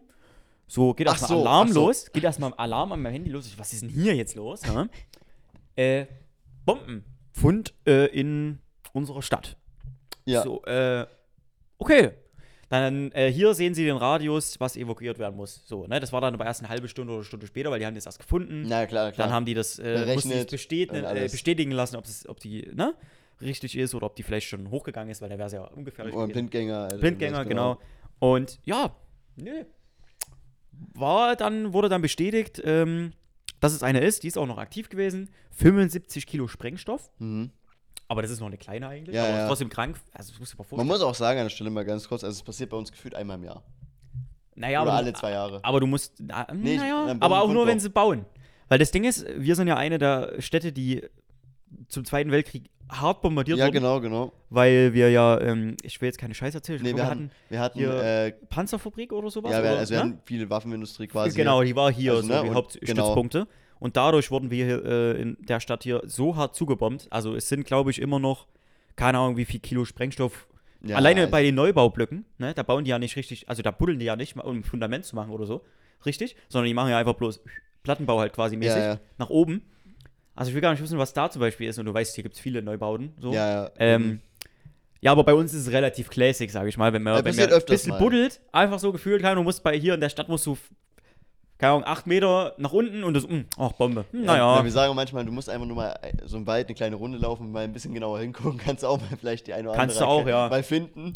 S1: So, geht
S2: Ach
S1: erstmal
S2: so,
S1: Alarm
S2: ach so.
S1: los. Geht erstmal Alarm an meinem Handy los. Ich, was ist denn hier jetzt los? ne? äh, Bombenfund äh, in unserer Stadt.
S2: Ja.
S1: So, äh, okay. Dann äh, hier sehen Sie den Radius, was evakuiert werden muss. So, ne? Das war dann aber erst eine halbe Stunde oder eine Stunde später, weil die haben das erst gefunden.
S2: Na klar, klar.
S1: dann haben die das äh, mussten die es
S2: Berechnet
S1: bestät-
S2: und
S1: äh,
S2: alles.
S1: bestätigen lassen, ob, es, ob die ne? richtig ist oder ob die vielleicht schon hochgegangen ist, weil da wäre es ja ungefährlich.
S2: Oder
S1: gewesen.
S2: Blindgänger. Oh, Alter,
S1: Blindgänger,
S2: irgendwas,
S1: genau. Und ja, nö. War dann, wurde dann bestätigt, ähm, dass es eine ist, die ist auch noch aktiv gewesen. 75 Kilo Sprengstoff.
S2: Mhm.
S1: Aber das ist noch eine kleine eigentlich,
S2: Ja,
S1: aber
S2: ja.
S1: trotzdem krank. Also, das musst du dir mal
S2: Man
S1: vorstellen.
S2: muss auch sagen an der Stelle mal ganz kurz, also es passiert bei uns gefühlt einmal im Jahr.
S1: Naja,
S2: Oder
S1: aber
S2: alle
S1: du-
S2: zwei Jahre.
S1: Aber du musst. Na, hm,
S2: Nee, ich-
S1: naja,
S2: dann bauen
S1: aber auch
S2: wir
S1: nur,
S2: Wohnbau.
S1: wenn sie bauen. Weil das Ding ist, wir sind ja eine der Städte, die zum Zweiten Weltkrieg hart bombardiert
S2: Ja,
S1: wurden,
S2: genau, genau.
S1: weil wir ja, ähm, ich will jetzt keine Scheiße erzählen, ich
S2: Nee,
S1: glaub,
S2: wir hatten, wir hatten
S1: hier-
S2: äh,
S1: Panzerfabrik oder sowas.
S2: ja, wir,
S1: oder,
S2: also wir
S1: ne?
S2: hatten viele Waffenindustrie quasi.
S1: Genau, die war hier,
S2: Also,
S1: so
S2: ne,
S1: die
S2: und-
S1: Hauptstützpunkte. Und dadurch wurden wir hier, äh, in der Stadt hier so hart zugebombt. Also es sind, glaube ich, immer noch, keine Ahnung, wie viel Kilo Sprengstoff
S2: Ja,
S1: Alleine
S2: also-
S1: bei den Neubaublöcken, ne, da bauen die ja nicht richtig, also da buddeln die ja nicht, mal, um ein Fundament zu machen oder so, richtig, sondern die machen ja einfach bloß Plattenbau halt quasi mäßig
S2: ja.
S1: nach oben. Also ich will gar nicht wissen, was da zum Beispiel ist und du weißt, hier gibt es viele Neubauten. So.
S2: Ja, Mhm. ja.
S1: Ähm, ja, aber bei uns ist es relativ classic, sage ich mal, wenn man,
S2: Ja,
S1: wenn
S2: passiert
S1: man ein
S2: öfters
S1: bisschen
S2: mal.
S1: buddelt, einfach so gefühlt, keine Ahnung, du musst bei hier in der Stadt musst du, keine Ahnung, acht Meter nach unten und das, mh, ach, Bombe. Hm,
S2: Ja,
S1: naja,
S2: wir sagen manchmal, du musst einfach nur mal äh, so im Wald eine kleine Runde laufen und mal ein bisschen genauer hingucken. Kannst du auch mal vielleicht die eine oder
S1: Kannst
S2: andere
S1: du auch, ja.
S2: mal finden.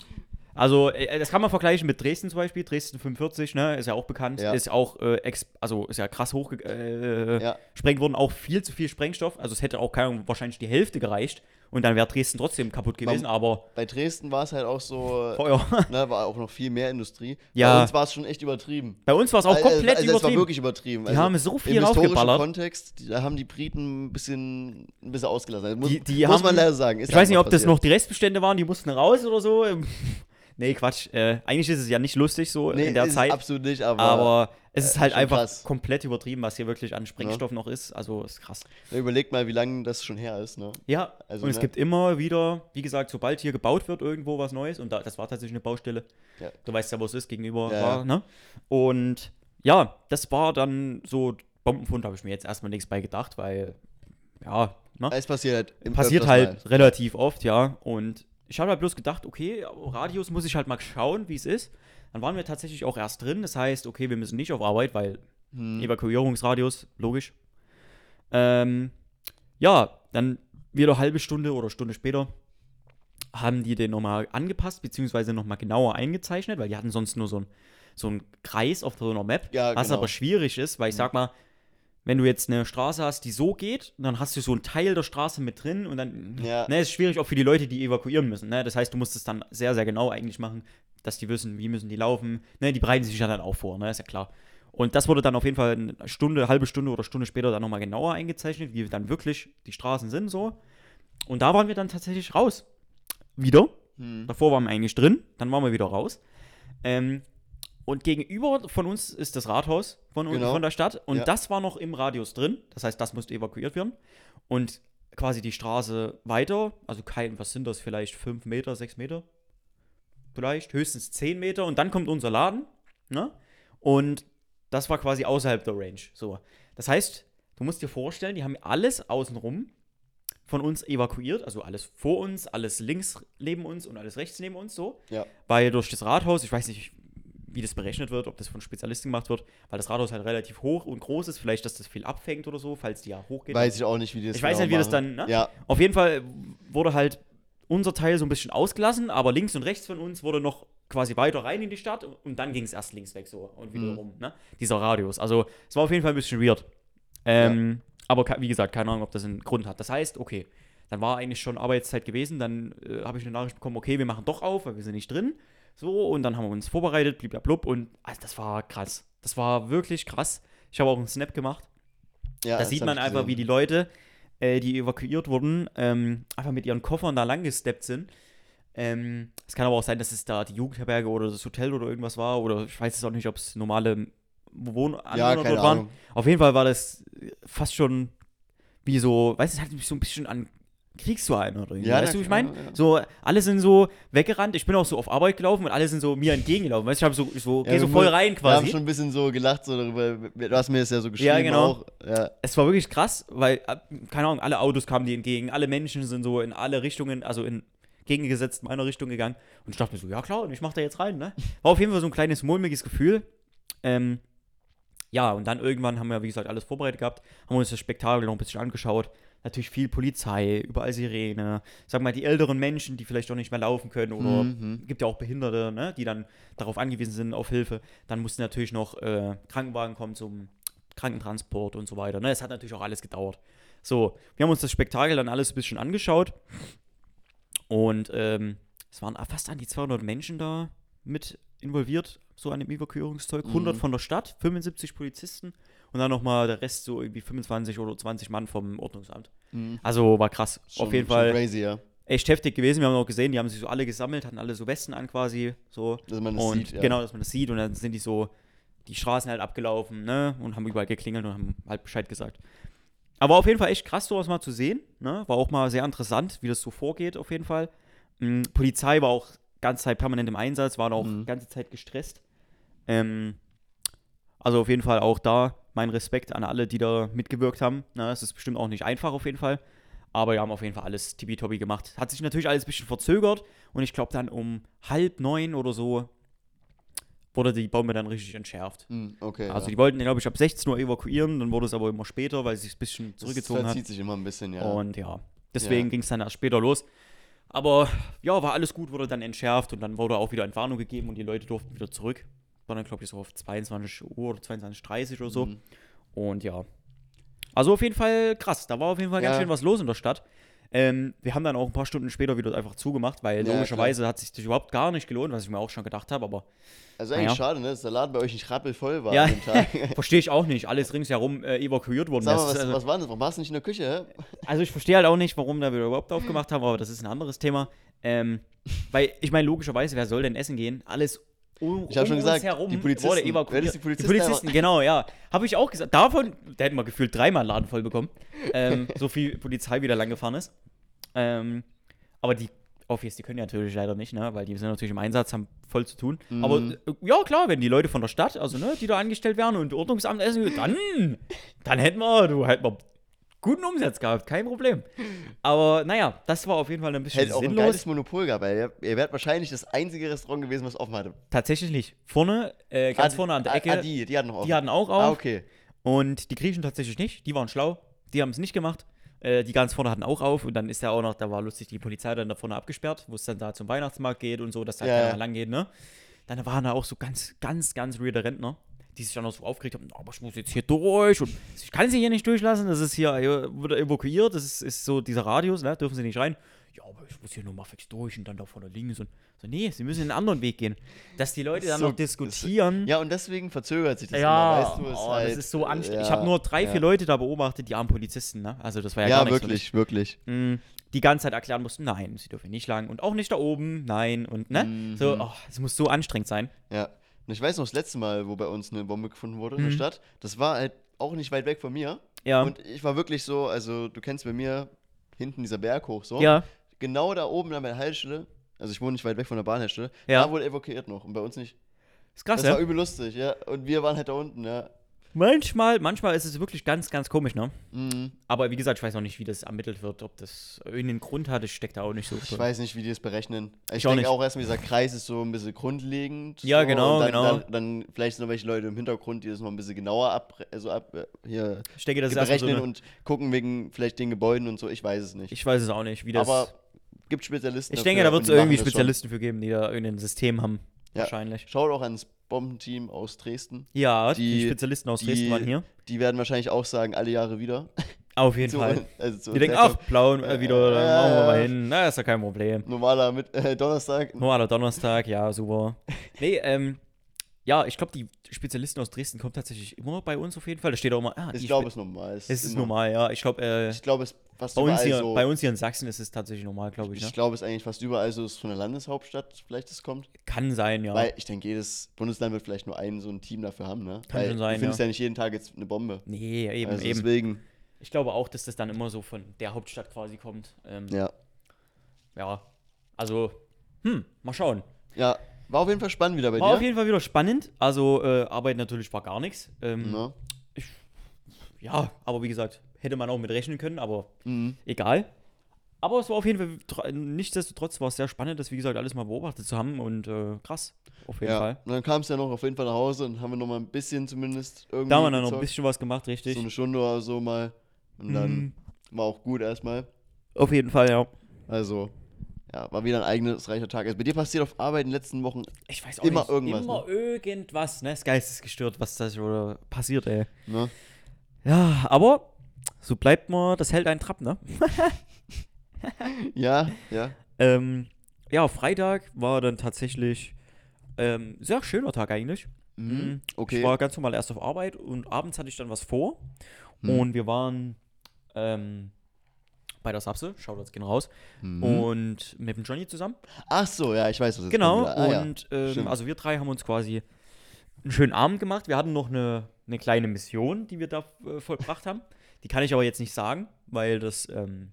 S1: also äh, das kann man vergleichen mit Dresden zum Beispiel, Dresden 45, ne, ist ja auch bekannt,
S2: Ja.
S1: ist auch, äh, ex also ist ja krass hoch äh,
S2: Ja.
S1: sprengt worden, auch viel zu viel Sprengstoff, also es hätte auch, keine Ahnung, wahrscheinlich die Hälfte gereicht und dann wäre Dresden trotzdem kaputt gewesen, aber
S2: Bei Dresden war es halt auch so,
S1: Feuer.
S2: ne, war auch noch viel mehr Industrie.
S1: Ja.
S2: Bei uns war es schon echt übertrieben.
S1: bei uns war es auch
S2: Also-
S1: komplett
S2: also, Es war
S1: übertrieben.
S2: wirklich übertrieben. Die
S1: haben so viel
S2: Im historischen
S1: raufgeballert.
S2: Kontext, die- da haben die Briten ein bisschen, ein bisschen ausgelassen. Das muss
S1: Die- die
S2: muss
S1: haben-
S2: man leider sagen. Ist
S1: Ich weiß nicht,
S2: einfach
S1: ob das
S2: passiert.
S1: noch die Restbestände waren, die mussten raus oder so. Ähm, nee, Quatsch. Äh, eigentlich ist es ja nicht lustig so
S2: nee,
S1: in der
S2: ist
S1: Zeit.
S2: Absolut nicht, aber, äh,
S1: aber es ist halt
S2: schon
S1: einfach
S2: krass.
S1: komplett übertrieben, was hier wirklich an Sprengstoff noch ist. Also ist krass.
S2: überleg mal, wie lange das schon her ist. Ne?
S1: Ja,
S2: Also,
S1: und es
S2: ne?
S1: gibt immer wieder, wie gesagt, sobald hier gebaut wird, irgendwo was Neues, und da, das war tatsächlich eine Baustelle.
S2: Ja.
S1: Du weißt ja, wo es ist, gegenüber
S2: Ja, ja.
S1: war, ne? Und ja, das war dann so Bombenfund, habe ich mir jetzt erstmal nichts bei gedacht, weil, ja, ne?
S2: Es passiert halt. im-
S1: passiert
S2: öfters
S1: halt
S2: mal.
S1: relativ oft, ja. Und ich habe halt bloß gedacht, okay, Radius muss ich halt mal schauen, wie es ist. Dann waren wir tatsächlich auch erst drin. Das heißt, okay, wir müssen nicht auf Arbeit, weil
S2: Hm.
S1: Evakuierungsradius, logisch. Ähm, ja, dann wieder eine halbe Stunde oder Stunde später haben die den nochmal angepasst, beziehungsweise nochmal genauer eingezeichnet, weil die hatten sonst nur so einen so einen Kreis auf so einer Map,
S2: Ja,
S1: was
S2: genau.
S1: aber schwierig ist, weil ich sag mal, wenn du jetzt eine Straße hast, die so geht, dann hast du so einen Teil der Straße mit drin und dann
S2: Ja.
S1: ne, ist schwierig auch für die Leute, die evakuieren müssen. Ne? Das heißt, du musst es dann sehr, sehr genau eigentlich machen, dass die wissen, wie müssen die laufen. Ne? Die bereiten sich ja dann auch vor, ne? ist ja klar. Und das wurde dann auf jeden Fall eine Stunde, halbe Stunde oder Stunde später dann nochmal genauer eingezeichnet, wie dann wirklich die Straßen sind so. Und da waren wir dann tatsächlich raus. Wieder.
S2: Hm.
S1: Davor waren wir eigentlich drin, dann waren wir wieder raus. Ähm, und gegenüber von uns ist das Rathaus von,
S2: Genau.
S1: von der Stadt. Und
S2: Ja.
S1: das war noch im Radius drin. Das heißt, das musste evakuiert werden. Und quasi die Straße weiter, also kein, was sind das, vielleicht fünf Meter, sechs Meter? Vielleicht, höchstens zehn Meter. Und dann kommt unser Laden. Ne? Und das war quasi außerhalb der Range. So. Das heißt, du musst dir vorstellen, die haben alles außenrum von uns evakuiert, also alles vor uns, alles links neben uns und alles rechts neben uns so,
S2: Ja.
S1: weil durch das Rathaus, ich weiß nicht, wie das berechnet wird, ob das von Spezialisten gemacht wird, weil das Rathaus halt relativ hoch und groß ist, vielleicht, dass das viel abfängt oder so, falls die ja hochgeht.
S2: Weiß ich auch nicht, wie die das genau
S1: Ich weiß nicht, wie das
S2: machen.
S1: dann, ne?
S2: Ja,
S1: Auf jeden Fall wurde halt unser Teil so ein bisschen ausgelassen, aber links und rechts von uns wurde noch quasi weiter rein in die Stadt und dann ging es erst links weg so und wieder
S2: Mhm.
S1: rum, ne? Dieser Radius. Also es war auf jeden Fall ein bisschen weird. Ähm, Aber ke- wie gesagt, keine Ahnung, ob das einen Grund hat. Das heißt, okay, dann war eigentlich schon Arbeitszeit gewesen, dann äh, habe ich eine Nachricht bekommen, okay, wir machen doch auf, weil wir sind nicht drin. So, und dann haben wir uns vorbereitet, blub und also das war krass. Das war wirklich krass. Ich habe auch einen Snap gemacht.
S2: ja.
S1: Da sieht man einfach, wie die Leute, äh, die evakuiert wurden, ähm, einfach mit ihren Koffern da lang gesteppt sind. Ähm, Es kann aber auch sein, dass es da die Jugendherberge oder das Hotel oder irgendwas war. Oder ich weiß es auch nicht, ob es normale Wohnanwohner
S2: Ja,
S1: dort
S2: keine
S1: waren.
S2: Ahnung.
S1: Auf jeden Fall war das äh, fast schon wie so, weißt du, es hat mich so ein bisschen an Kriegszuhalen oder irgendwie.
S2: Ja,
S1: weißt
S2: na
S1: du, wie ich
S2: klar,
S1: meine?
S2: ja.
S1: So, alle sind so weggerannt. Ich bin auch so auf Arbeit gelaufen und alle sind so mir entgegengelaufen. Weißt du, ich hab so, so, geh
S2: Ja, wir
S1: so
S2: mu-
S1: voll rein
S2: Wir haben
S1: quasi.
S2: schon ein bisschen so gelacht, so darüber. Du hast mir das ja so geschrieben.
S1: genau.
S2: Auch. Ja,
S1: es war wirklich krass, weil, äh, keine Ahnung, alle Autos kamen dir entgegen, alle Menschen sind so in alle Richtungen, also in gegengesetzt meiner Richtung gegangen. Und ich dachte mir so, ja klar, und ich mach da jetzt rein, ne? War auf jeden Fall so ein kleines mulmiges Gefühl. Ähm, ja, und dann irgendwann haben wir, wie gesagt, alles vorbereitet gehabt, haben uns das Spektakel noch ein bisschen angeschaut. Natürlich viel Polizei, überall Sirene, sag mal, die älteren Menschen, die vielleicht auch nicht mehr laufen können oder
S2: Mhm.
S1: gibt ja auch Behinderte, ne, die dann darauf angewiesen sind, auf Hilfe. Dann mussten natürlich noch äh, Krankenwagen kommen zum Krankentransport und so weiter. Ne? Es hat natürlich auch alles gedauert. So, wir haben uns das Spektakel dann alles ein bisschen angeschaut und ähm, es waren fast an die 200 Menschen da mit involviert, so an dem Evakuierungszeug. 100
S2: Mhm.
S1: von der Stadt, 75 Polizisten und dann nochmal der Rest so irgendwie 25 oder 20 Mann vom Ordnungsamt.
S2: Mhm.
S1: Also war krass,
S2: Schon-
S1: auf jeden
S2: schon
S1: Fall
S2: Crazy, ja.
S1: echt heftig gewesen. Wir haben auch gesehen, die haben sich so alle gesammelt, hatten alle so Westen an quasi, so.
S2: Dass man das
S1: und
S2: sieht. Ja.
S1: genau, dass man das sieht und dann sind die so die Straßen halt abgelaufen, ne, und haben überall geklingelt und haben halt Bescheid gesagt. Aber auf jeden Fall echt krass, sowas mal zu sehen, ne? War auch mal sehr interessant, wie das so vorgeht auf jeden Fall. Mm, Polizei war auch ganze Zeit permanent im Einsatz, waren auch
S2: Mhm.
S1: ganze Zeit gestresst. Ähm, also auf jeden Fall auch da mein Respekt an alle, die da mitgewirkt haben. Na, es ist bestimmt auch nicht einfach auf jeden Fall. Aber wir haben auf jeden Fall alles tippitoppi gemacht. Hat sich natürlich alles ein bisschen verzögert und ich glaube dann um halb neun oder so wurde die Bombe dann richtig entschärft.
S2: Hm, okay.
S1: Also
S2: ja.
S1: die wollten, glaube ich, ab 16 Uhr evakuieren, dann wurde es aber immer später, weil es sich ein bisschen zurückgezogen
S2: das
S1: hat.
S2: zieht sich immer ein bisschen, ja.
S1: Und ja, deswegen
S2: Ja.
S1: ging es dann erst später los. Aber ja, war alles gut, wurde dann entschärft und dann wurde auch wieder Entwarnung gegeben und die Leute durften wieder zurück. War dann, glaube ich, so auf 22 Uhr oder 22.30 Uhr oder so.
S2: Mhm.
S1: Und ja. Also auf jeden Fall krass. Da war auf jeden Fall ganz
S2: Ja.
S1: schön was los in der Stadt. Ähm, wir haben dann auch ein paar Stunden später wieder einfach zugemacht, weil
S2: Ja,
S1: logischerweise hat sich das überhaupt gar nicht gelohnt, was ich mir auch schon gedacht habe, aber
S2: Also eigentlich
S1: Naja.
S2: schade, ne, dass der Laden bei euch nicht rappelvoll war
S1: ja,
S2: an dem Tag.
S1: verstehe ich auch nicht. Alles ringsherum äh, evakuiert worden.
S2: Sag
S1: Das
S2: mal,
S1: ist
S2: was,
S1: also,
S2: was war denn das? Warum warst du nicht in der Küche? Hä?
S1: Also ich verstehe halt auch nicht, warum da wir überhaupt aufgemacht haben, aber das ist ein anderes Thema. Ähm, weil ich meine, logischerweise, wer soll denn essen gehen? Alles um,
S2: Ich hab
S1: um
S2: schon
S1: uns
S2: gesagt,
S1: herum
S2: die Polizisten.
S1: wurde
S2: Wer
S1: evakuiert.
S2: ist die Polizisten?
S1: genau, ja. Habe ich auch gesagt. Davon, da hätten wir gefühlt dreimal einen Laden voll bekommen. Ähm, so viel Polizei wieder lang gefahren ist. Ähm, aber die Office, die können ja natürlich leider nicht, ne? weil die sind natürlich im Einsatz, haben voll zu tun.
S2: Mhm.
S1: Aber äh, ja, klar, wenn die Leute von der Stadt, also ne, die da angestellt werden und Ordnungsamt essen, dann, dann hätten wir, du hätten wir guten Umsatz gehabt, kein Problem. Aber naja, das war auf jeden Fall ein bisschen
S2: Hätte auch ein
S1: sinnlos.
S2: geiles Monopol gehabt, weil ihr, ihr wärt wahrscheinlich das einzige Restaurant gewesen, was offen hatte.
S1: Tatsächlich nicht. Vorne, äh, ganz
S2: Ah,
S1: vorne an der
S2: ah,
S1: Ecke,
S2: Ah, die, die hatten noch offen.
S1: die hatten auch auf.
S2: Ah, okay.
S1: Und die Griechen tatsächlich nicht. Die waren schlau. Die haben es nicht gemacht. Äh, die ganz vorne hatten auch auf. Und dann ist ja auch noch, da war lustig, die Polizei dann da vorne abgesperrt, wo es dann da zum Weihnachtsmarkt geht und so, dass da
S2: Ja,
S1: keiner
S2: ja.
S1: mehr lang geht, ne? Dann waren da auch so ganz, ganz, ganz weirde Rentner, die sich dann auch so aufgeregt haben: aber ich muss jetzt hier durch und ich kann sie hier nicht durchlassen. Das ist hier, hier wird evakuiert. Das ist, ist so dieser Radius, ne? Dürfen sie nicht rein. Ja, aber ich muss hier nur mal fix durch und dann da vorne links und so. Nee, sie müssen einen anderen Weg gehen. Dass die Leute dann
S2: So-
S1: noch diskutieren.
S2: Ja, und deswegen verzögert sich das
S1: Ja,
S2: immer, weißt du?
S1: oh,
S2: halt-
S1: das ist so anstrengend. ich
S2: ja,
S1: habe nur drei,
S2: ja.
S1: vier Leute da beobachtet, die armen Polizisten, ne? Also das war ja,
S2: Ja,
S1: gar nichts für mich.
S2: wirklich, wirklich.
S1: Mm, Die ganze Zeit erklären mussten, nein, sie dürfen nicht lang und auch nicht da oben, nein und ne?
S2: Mhm.
S1: So, oh, es muss so anstrengend sein.
S2: Ja. Und ich weiß noch, das letzte Mal, wo bei uns eine Bombe gefunden wurde in der Stadt, das war halt auch nicht weit weg von mir.
S1: Hm. Ja.
S2: Und ich war wirklich so, also du kennst bei mir hinten dieser Berg hoch so.
S1: Ja.
S2: Genau da oben an meiner Haltestelle, also ich wohne nicht weit weg von der Bahnhaltestelle,
S1: Ja.
S2: da wurde evakuiert noch und bei uns nicht.
S1: Ist krass,
S2: Das war
S1: ne?
S2: übel lustig, ja. Und wir waren halt da unten, ja.
S1: Manchmal, manchmal ist es wirklich ganz, ganz komisch, ne?
S2: Mhm.
S1: Aber wie gesagt, ich weiß noch nicht, wie das ermittelt wird, ob das irgendeinen Grund hat, das steckt da auch nicht so
S2: Ich
S1: drin.
S2: weiß nicht, wie die das berechnen. Ich,
S1: auch
S2: denke
S1: nicht.
S2: auch erstmal, dieser Kreis ist so ein bisschen grundlegend.
S1: Ja,
S2: so,
S1: genau,
S2: und dann,
S1: genau.
S2: Dann, dann vielleicht sind noch welche Leute im Hintergrund, die das noch ein bisschen genauer ab, also ab, äh, hier
S1: Ich denke, das ist erstmal so
S2: berechnen
S1: eine,
S2: und gucken wegen vielleicht den Gebäuden und so. Ich weiß es nicht.
S1: Ich weiß es auch nicht, wie das.
S2: Aber gibt Spezialisten.
S1: ich
S2: dafür
S1: denke, da
S2: und
S1: wird es
S2: die machen
S1: irgendwie
S2: das schon.
S1: Spezialisten für geben, die da irgendein System haben.
S2: Ja.
S1: Wahrscheinlich.
S2: Schaut auch ans Bombenteam aus Dresden.
S1: Ja, die,
S2: Die-
S1: Spezialisten aus
S2: die-
S1: Dresden waren hier.
S2: Die werden wahrscheinlich auch sagen, alle Jahre wieder.
S1: Auf jeden
S2: Zu
S1: Fall.
S2: uns- also zu
S1: Die
S2: uns
S1: denken, ach,
S2: selbst.
S1: blau und äh, wieder, dann
S2: Ja,
S1: machen wir mal
S2: ja.
S1: hin. Na, ist ja kein Problem.
S2: Normaler mit, äh, Donnerstag.
S1: Nur aller Donnerstag, ja, super. Nee, ähm, ja, ich glaube, die Spezialisten aus Dresden kommen tatsächlich immer bei uns auf jeden Fall. Da steht auch immer, ah,
S2: Ich
S1: die
S2: glaube,
S1: Spe-
S2: es ist normal. Es
S1: es ist
S2: immer-
S1: normal, ja. Ich glaube, äh,
S2: Ich also glaube, es ist fast
S1: bei, uns
S2: überall
S1: hier-
S2: so.
S1: bei uns hier in Sachsen ist es tatsächlich normal, glaube ich. Ne?
S2: Ich glaube, es ist eigentlich fast überall so, dass es von der Landeshauptstadt vielleicht das kommt.
S1: Kann sein, ja.
S2: Weil ich denke, jedes Bundesland wird vielleicht nur ein so ein Team dafür haben, ne?
S1: Kann
S2: Weil
S1: schon sein,
S2: Du findest
S1: ja.
S2: ja. nicht jeden Tag jetzt eine Bombe.
S1: nee, eben,
S2: also
S1: eben.
S2: deswegen,
S1: Ich glaube auch, dass das dann immer so von der Hauptstadt quasi kommt. Ähm, ja.
S2: ja.
S1: Also, hm, mal schauen.
S2: Ja, war auf jeden Fall spannend wieder bei
S1: War auf
S2: dir.
S1: jeden Fall wieder spannend. Also, äh, Arbeit natürlich war gar nichts. Ähm,
S2: ne?
S1: Ja, aber wie gesagt, hätte man auch mit rechnen können, aber
S2: Mhm.
S1: egal. Aber es war auf jeden Fall, tr- nichtsdestotrotz war es sehr spannend, das wie gesagt alles mal beobachtet zu haben und äh, krass, auf jeden
S2: Ja.
S1: Fall.
S2: Und dann kamst du ja noch auf jeden Fall nach Hause und haben wir noch mal ein bisschen zumindest irgendwie.
S1: Da haben wir dann noch ein
S2: gezockt.
S1: bisschen was gemacht, richtig.
S2: So eine Stunde oder so mal. Und dann
S1: Mhm.
S2: war auch gut erstmal.
S1: auf jeden Fall, ja.
S2: Also, ja, war wieder ein eigenes reicher Tag. Also bei dir passiert auf Arbeit in den letzten Wochen.
S1: Ich weiß auch
S2: Immer
S1: nicht.
S2: irgendwas,
S1: Immer irgendwas, ne? Das Geist ist gestört, was das oder passiert, ey.
S2: Ne?
S1: Ja, aber so bleibt man, das hält einen Trab, ne?
S2: Ja, ja.
S1: Ähm, ja, Freitag war dann tatsächlich ähm, sehr schöner Tag eigentlich. Mhm.
S2: Okay.
S1: Ich war ganz normal erst auf Arbeit und abends hatte ich dann was vor.
S2: Mhm.
S1: Und wir waren ähm, bei der Sapse, Shoutouts gehen raus,
S2: Mhm.
S1: und mit dem Johnny zusammen.
S2: Ach so, ja, ich weiß, was jetzt
S1: Genau,
S2: kommt wieder. Ah, ja.
S1: und ähm,
S2: stimmt.
S1: also wir drei haben uns quasi einen schönen Abend gemacht. Wir hatten noch eine, eine kleine Mission, die wir da äh, vollbracht haben. Die kann ich aber jetzt nicht sagen, weil das ähm,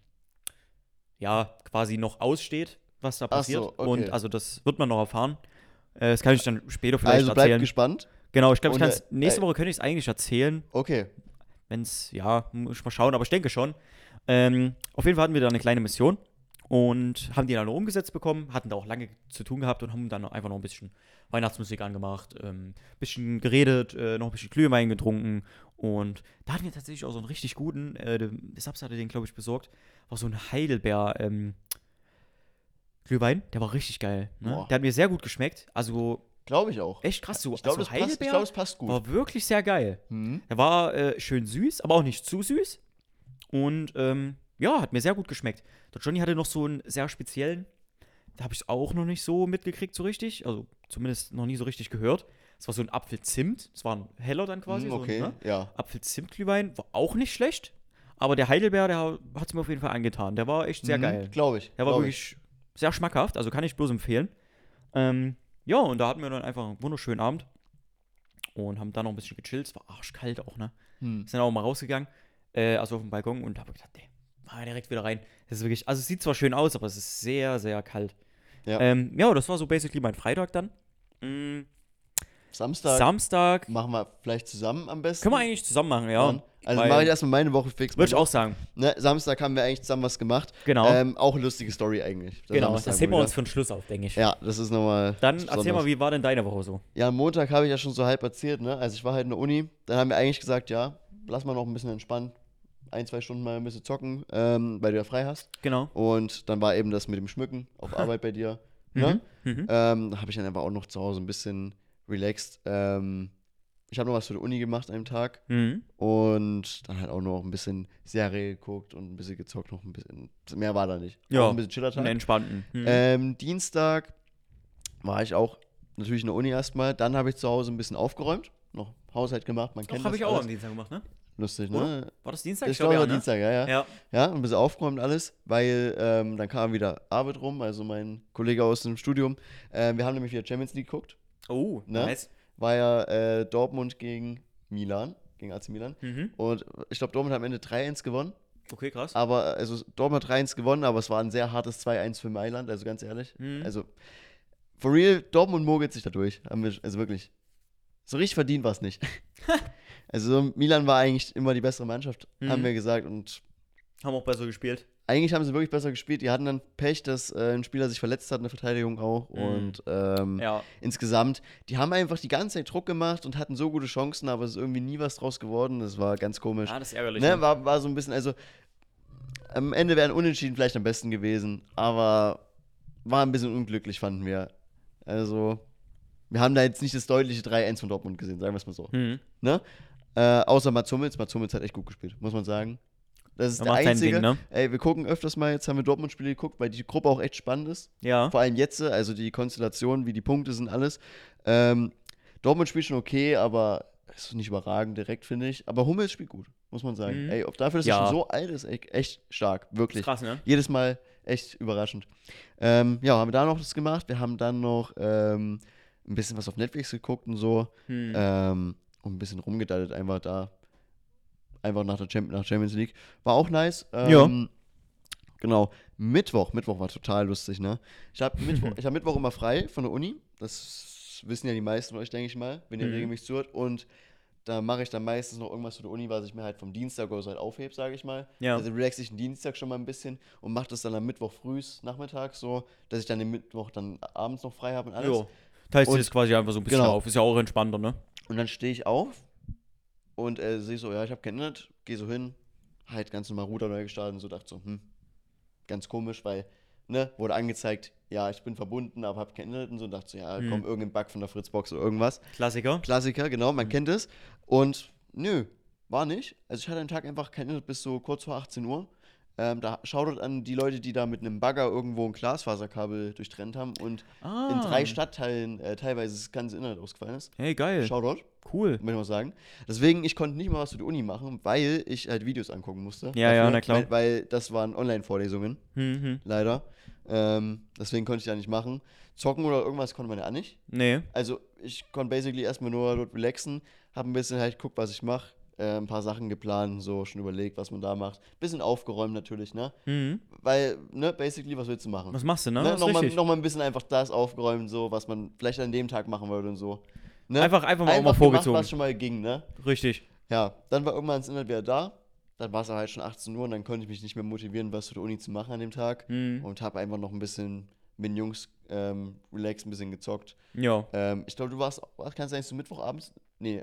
S1: ja quasi noch aussteht. was da
S2: Ach
S1: passiert.
S2: so, okay.
S1: Und also das wird man noch erfahren. Äh, das kann ich dann später vielleicht
S2: also bleibt
S1: erzählen.
S2: gespannt.
S1: genau, ich glaube, ich
S2: Und,
S1: kann's,
S2: äh,
S1: nächste
S2: äh,
S1: Woche könnte ich es eigentlich erzählen,
S2: Okay.
S1: wenn es, ja, muss ich mal schauen, aber ich denke schon. Ähm, auf jeden Fall hatten wir da eine kleine Mission und haben die dann noch umgesetzt bekommen, hatten da auch lange zu tun gehabt und haben dann einfach noch ein bisschen Weihnachtsmusik angemacht, ähm, bisschen geredet, äh, noch ein bisschen Glühwein getrunken und da hatten wir tatsächlich auch so einen richtig guten, äh, der Saps hatte den, glaube ich, besorgt, war so ein Heidelbeer, ähm, Glühwein, der war richtig geil. Ne?
S2: Boah.
S1: Der hat mir sehr gut geschmeckt. Also
S2: Glaube ich auch.
S1: echt krass so. Oh,
S2: Ich glaube,
S1: also
S2: das, passt- ich glaub, das passt gut.
S1: war wirklich sehr geil.
S2: Mhm.
S1: Er war äh, schön süß, aber auch nicht zu süß. Und ähm, ja, hat mir sehr gut geschmeckt. Der Johnny hatte noch so einen sehr speziellen, da habe ich es auch noch nicht so mitgekriegt, so richtig. Also zumindest noch nie so richtig gehört. Es war so ein Apfelzimt. Es war ein heller dann quasi.
S2: Mhm,
S1: so ein,
S2: okay,
S1: ne?
S2: ja.
S1: Apfelzimtglühwein war auch nicht schlecht. Aber der Heidelbeer, der hat es mir auf jeden Fall angetan. Der war echt sehr geil.
S2: Glaube ich.
S1: Der war
S2: Mhm, glaub ich.
S1: wirklich sehr schmackhaft, also kann ich bloß empfehlen. Ähm, ja, und da hatten wir dann einfach einen wunderschönen Abend und haben dann noch ein bisschen gechillt. Es war arschkalt auch, ne?
S2: Hm.
S1: Sind auch mal rausgegangen, äh, also auf dem Balkon und habe gedacht, nee, mal direkt wieder rein. Das ist wirklich, also es sieht zwar schön aus, aber es ist sehr, sehr kalt.
S2: Ja.
S1: ähm, ja das war so basically mein Freitag dann. Mm,
S2: Samstag
S1: Samstag
S2: machen wir vielleicht zusammen am besten.
S1: können wir eigentlich zusammen machen, ja.
S2: Also
S1: Weil-
S2: mache ich erstmal meine Woche fix.
S1: Würde ich auch sagen.
S2: Ne, Samstag haben wir eigentlich zusammen was gemacht.
S1: Genau.
S2: Ähm, auch eine lustige Story eigentlich. Der
S1: genau,
S2: Samstag
S1: das heben wir
S2: wieder.
S1: uns für den Schluss auf, denke ich.
S2: Ja, das ist nochmal.
S1: Dann
S2: was
S1: erzähl mal,
S2: Besonderes.
S1: wie war denn deine Woche so?
S2: Ja, am Montag habe ich ja schon so halb erzählt, ne? Also ich war halt in der Uni. Dann haben wir eigentlich gesagt, ja, lass mal noch ein bisschen entspannt. Ein, zwei Stunden mal ein bisschen zocken, ähm, weil du ja frei hast.
S1: Genau.
S2: Und dann war eben das mit dem Schmücken auf Arbeit bei dir. Ne?
S1: Mhm, mhm.
S2: Ähm, da habe ich dann aber auch noch zu Hause ein bisschen relaxed. Ähm, ich habe noch was für die Uni gemacht an dem Tag.
S1: Mhm.
S2: Und dann halt auch noch ein bisschen Serie geguckt und ein bisschen gezockt, noch ein bisschen. Mehr war da nicht.
S1: Ja,
S2: Auch ein bisschen Chillertag.
S1: Einen entspannten. Mhm.
S2: Ähm, Dienstag war ich auch natürlich in der Uni erstmal. Dann habe ich zu Hause ein bisschen aufgeräumt, noch Haushalt gemacht. Man kennt
S1: Doch, habe
S2: das
S1: ich auch am
S2: alles.
S1: Dienstag gemacht, ne?
S2: Lustig, ne?
S1: War das Dienstag?
S2: Ich glaube,
S1: ja,
S2: war Dienstag, ja, ja.
S1: Ne? Ja.
S2: Ja, und ein bisschen aufgeräumt alles, weil ähm, dann kam wieder Arbeit rum, also mein Kollege aus dem Studium. Ähm, wir haben nämlich wieder Champions League geguckt.
S1: Oh,
S2: Ne?
S1: nice.
S2: War ja äh, Dortmund gegen Milan, gegen AC Milan.
S1: Mhm.
S2: Und ich glaube, Dortmund hat am Ende 3-1 gewonnen.
S1: Okay, krass.
S2: Aber, also Dortmund hat 3-1 gewonnen, aber es war ein sehr hartes 2-1 für Mailand, also ganz ehrlich.
S1: Mhm.
S2: Also, for real, Dortmund mogelt sich dadurch. Haben wir, also wirklich. So richtig verdient war es nicht. also, Milan war eigentlich immer die bessere Mannschaft, haben
S1: Mhm.
S2: wir gesagt. Und
S1: Haben auch besser gespielt.
S2: eigentlich haben sie wirklich besser gespielt. Die hatten dann Pech, dass äh, ein Spieler sich verletzt hat in der Verteidigung auch.
S1: Mhm.
S2: Und ähm,
S1: Ja.
S2: insgesamt, die haben einfach die ganze Zeit Druck gemacht und hatten so gute Chancen, aber es ist irgendwie nie was draus geworden. Das war ganz komisch.
S1: Ah, das ist ärgerlich.
S2: Ne,
S1: ne?
S2: war, war so ein bisschen, also am Ende wären Unentschieden vielleicht am besten gewesen, aber war ein bisschen unglücklich, fanden wir. Also, wir haben da jetzt nicht das deutliche 3-1 von Dortmund gesehen, sagen wir es mal so.
S1: Mhm.
S2: Ne? Äh, außer Mats Hummels. Mats Hummels hat echt gut gespielt, muss man sagen. Das ist
S1: Er
S2: der
S1: macht sein
S2: einzige.
S1: Ding, ne?
S2: Ey, wir gucken öfters mal, jetzt haben wir Dortmund-Spiele geguckt, weil die Gruppe auch echt spannend ist.
S1: Ja.
S2: Vor allem jetzt, also die Konstellation, wie die Punkte sind, alles. Ähm, Dortmund spielt schon okay, aber ist nicht überragend direkt, finde ich. Aber Hummels spielt gut, muss man sagen.
S1: Mhm.
S2: Ey, ob dafür, dass
S1: Ja.
S2: er schon so alt ist, echt, echt stark,
S1: Das ist
S2: wirklich.
S1: krass, ne?
S2: Jedes Mal echt überraschend. Ähm, ja, haben wir da noch das gemacht. Wir haben dann noch ähm, ein bisschen was auf Netflix geguckt und so.
S1: Mhm.
S2: Ähm, und ein bisschen rumgedattet, einfach da. Einfach nach der Champ nach Champions League. War auch nice. Ähm, Genau. Mittwoch. Mittwoch war total lustig, ne? Ich habe Mittwoch, ich hab Mittwoch immer frei von der Uni. Das wissen ja die meisten von euch, denke ich mal, wenn ihr
S1: Mhm.
S2: regelmäßig zuhört. Und da mache ich dann meistens noch irgendwas zu der Uni, was ich mir halt vom Dienstag oder so halt aufhebe, sage ich mal.
S1: Ja.
S2: Also relaxe ich den Dienstag schon mal ein bisschen und mache das dann am Mittwoch frühs, nachmittags so, dass ich dann den Mittwoch dann abends noch frei habe und alles.
S1: Jo. Teilst du
S2: Und-
S1: das quasi einfach so ein bisschen
S2: Genau.
S1: auf. Ist ja auch entspannter, ne?
S2: Und dann stehe ich auf und äh, sehe so, ja, ich habe kein Internet, gehe so hin, halt ganz normal Router neu gestartet und so dachte so, hm, ganz komisch, weil, ne, wurde angezeigt, ja, ich bin verbunden, aber habe kein Internet und so und dachte so, ja,
S1: Hm.
S2: komm, irgendein Bug von der Fritzbox oder irgendwas.
S1: Klassiker.
S2: Klassiker, genau,
S1: Hm.
S2: man kennt es. Und nö, war nicht. Also ich hatte einen Tag einfach kein Internet bis so kurz vor 18 Uhr. Ähm, da schaut an die Leute, die da mit einem Bagger irgendwo ein Glasfaserkabel durchtrennt haben und
S1: Ah.
S2: in drei Stadtteilen äh, teilweise das ganze Internet ausgefallen ist.
S1: Hey, geil.
S2: Shoutout
S1: Cool.
S2: muss ich mal sagen. Deswegen, ich konnte nicht mal was für die Uni machen, weil ich halt Videos angucken musste.
S1: Ja, ja, na klar.
S2: Weil, weil das waren Online-Vorlesungen,
S1: Mhm.
S2: leider. Ähm, deswegen konnte ich da nicht machen. Zocken oder irgendwas konnte man ja nicht.
S1: Nee.
S2: Also ich konnte basically erstmal nur dort relaxen, habe ein bisschen halt geguckt, was ich mache. äh, ein paar Sachen geplant, so schon überlegt, was man da macht. Bisschen aufgeräumt natürlich, ne?
S1: Mhm.
S2: Weil, ne, basically, was willst du machen?
S1: Was machst du, ne?
S2: Ne,
S1: Das ist
S2: nochmal,
S1: richtig.
S2: nochmal ein bisschen einfach das aufgeräumt, so, was man vielleicht an dem Tag machen würde und so. Ne?
S1: Einfach- einfach mal auch mal vorgezogen.
S2: was schon mal ging, ne?
S1: Richtig.
S2: Ja, dann war irgendwann das Internet wieder da. Dann war es halt schon 18 Uhr und dann konnte ich mich nicht mehr motivieren, was für die Uni zu machen an dem Tag.
S1: Mhm.
S2: Und habe einfach noch ein bisschen mit den Jungs ähm, relaxed, ein bisschen gezockt.
S1: Ja.
S2: Ähm, ich glaube, du warst, warst, kannst du eigentlich zu Mittwochabends? Nee,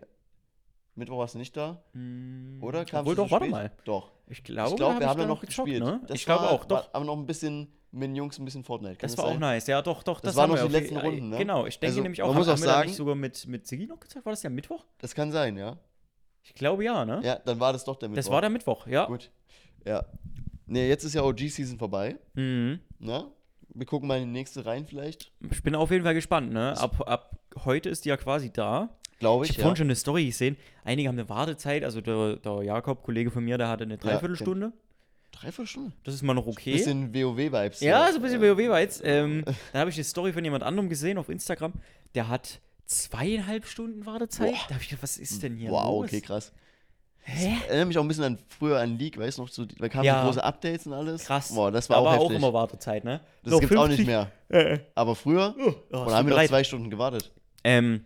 S2: Mittwoch warst du nicht da, oder? Kamst
S1: Obwohl
S2: du
S1: doch,
S2: zu
S1: warte
S2: spät?
S1: mal.
S2: Doch.
S1: Mhm. Ich glaube,
S2: ich glaube,
S1: da
S2: wir
S1: hab
S2: haben
S1: ich
S2: dann
S1: da
S2: noch
S1: gezockt,
S2: gespielt.
S1: Ne?
S2: Das
S1: ich glaube
S2: war-
S1: auch, doch.
S2: War, aber noch ein bisschen mit den Jungs ein bisschen Fortnite. Kann
S1: das war auch
S2: sein?
S1: nice. Ja, doch, doch.
S2: Das
S1: Das,
S2: waren
S1: haben
S2: noch
S1: wir
S2: die
S1: auf je-
S2: letzten Runden, ne?
S1: Genau, ich denke
S2: Also,
S1: nämlich auch,
S2: man muss
S1: haben
S2: auch
S1: wir da
S2: sagen-
S1: nicht sogar mit, mit Sigi noch gezockt? War das der Mittwoch?
S2: Das kann sein, ja.
S1: Ich glaube ja, ne?
S2: Ja, dann war das doch der Mittwoch.
S1: das war der Mittwoch, ja.
S2: Gut. Ja. Nee, jetzt ist ja OG-Season vorbei.
S1: Mhm.
S2: Ne? Wir gucken mal in die nächste rein, vielleicht.
S1: Ich bin auf jeden Fall gespannt, ne? Ab, ab heute ist die ja quasi da.
S2: Glaube
S1: Ich
S2: ich.
S1: habe
S2: ja.
S1: vorhin schon eine Story gesehen. Einige haben eine Wartezeit. Also der, der Jakob, Kollege von mir, der hatte eine Dreiviertelstunde.
S2: Dreiviertel Stunde.
S1: Das ist mal noch okay.
S2: Bisschen WoW-Vibes.
S1: ja, so ein bisschen WoW war jetzt. Ähm, dann habe ich eine Story von jemand anderem gesehen auf Instagram. Der hat zweieinhalb Stunden Wartezeit. Da habe ich gedacht, was ist denn hier
S2: Wow,
S1: los?
S2: okay, krass.
S1: Hä?
S2: Erinnere mich auch ein bisschen an früher an League, weißt du noch, so, die- da kamen
S1: Ja.
S2: so große Updates und alles.
S1: Krass.
S2: Boah, das war
S1: da
S2: auch
S1: war
S2: heftig.
S1: auch immer Wartezeit, ne?
S2: das gibt's auch nicht mehr.
S1: Äh,
S2: Aber früher,
S1: oh,
S2: oder haben wir noch
S1: leid.
S2: zwei Stunden gewartet?
S1: Ähm,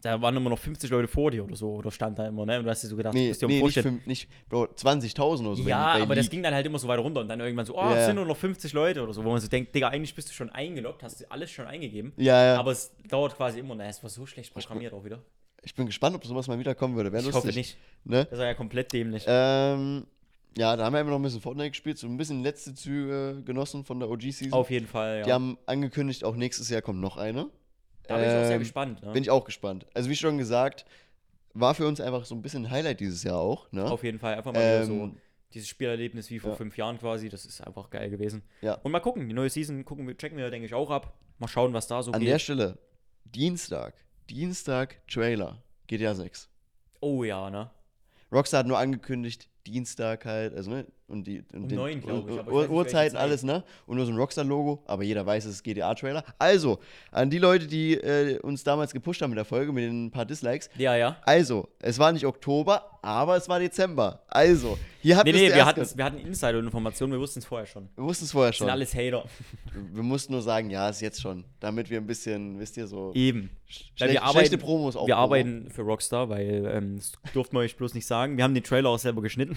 S1: da waren immer noch 50 Leute vor dir oder so. Oder stand da immer, ne? Und du hast dir so gedacht, du
S2: Nee,
S1: bist dir am
S2: nee nicht,
S1: Vorstellen.
S2: fünf, nicht Bro, 20.000 oder so. bei-
S1: Ja,
S2: bei
S1: aber das
S2: League.
S1: ging dann halt immer so weit runter und dann irgendwann so, oh,
S2: Ja,
S1: es
S2: ja.
S1: sind nur noch 50 Leute oder so, wo man so denkt, Digga, eigentlich bist du schon eingeloggt, hast du alles schon eingegeben.
S2: Ja, ja.
S1: Aber es dauert quasi immer. Na, es war so schlecht programmiert auch wieder.
S2: ich bin gespannt, ob sowas mal wiederkommen würde. Wäre
S1: Ich
S2: lustig.
S1: hoffe nicht.
S2: Ne?
S1: Das war ja komplett dämlich.
S2: Ähm, ja, da haben wir einfach noch ein bisschen Fortnite gespielt, so ein bisschen letzte Züge genossen von der OG-Season.
S1: Auf jeden Fall, ja.
S2: Die haben angekündigt, auch nächstes Jahr kommt noch eine.
S1: da bin ich auch sehr
S2: ähm,
S1: gespannt. Ne?
S2: Bin ich auch gespannt. Also wie schon gesagt, war für uns einfach so ein bisschen ein Highlight dieses Jahr auch. Ne?
S1: Auf jeden Fall. Einfach mal wieder so
S2: Ähm,
S1: dieses Spielerlebnis wie vor
S2: ja.
S1: fünf Jahren quasi. Das ist einfach geil gewesen.
S2: Ja.
S1: Und mal gucken, die neue Season gucken wir, checken wir, denke ich, auch ab. Mal schauen, was da so
S2: An der
S1: geht.
S2: Stelle, Dienstag, Dienstag Trailer, GTA 6.
S1: Oh ja, ne?
S2: Rockstar hat nur angekündigt, Dienstag halt, also ne, und die und
S1: Um neun, glaub ich, aber
S2: Ur-
S1: ich weiß
S2: Ur
S1: nicht,
S2: Uhrzeiten,
S1: welche
S2: alles, ne? Und nur so ein Rockstar-Logo, aber jeder weiß, es ist GTA-Trailer. Also, an die Leute, die äh, uns damals gepusht haben mit der Folge, mit den paar Dislikes.
S1: Ja, ja.
S2: Also, es war nicht Oktober, aber es war Dezember. Also, hier habt
S1: Nee,
S2: ihr
S1: nee, wir hatten, es- wir hatten Insider-Informationen, wir wussten es vorher schon.
S2: Wir wussten es vorher
S1: Das sind
S2: schon.
S1: alles Hater.
S2: Wir mussten nur sagen, ja, ist jetzt schon. Damit wir ein bisschen, wisst ihr, so
S1: Eben.
S2: sch
S1: Weil wir
S2: schlechte-
S1: arbeiten-
S2: schlechte Promos auch.
S1: Wir arbeiten für Rockstar, weil ähm, das durften wir euch bloß nicht sagen. Wir haben den Trailer auch selber geschnitten.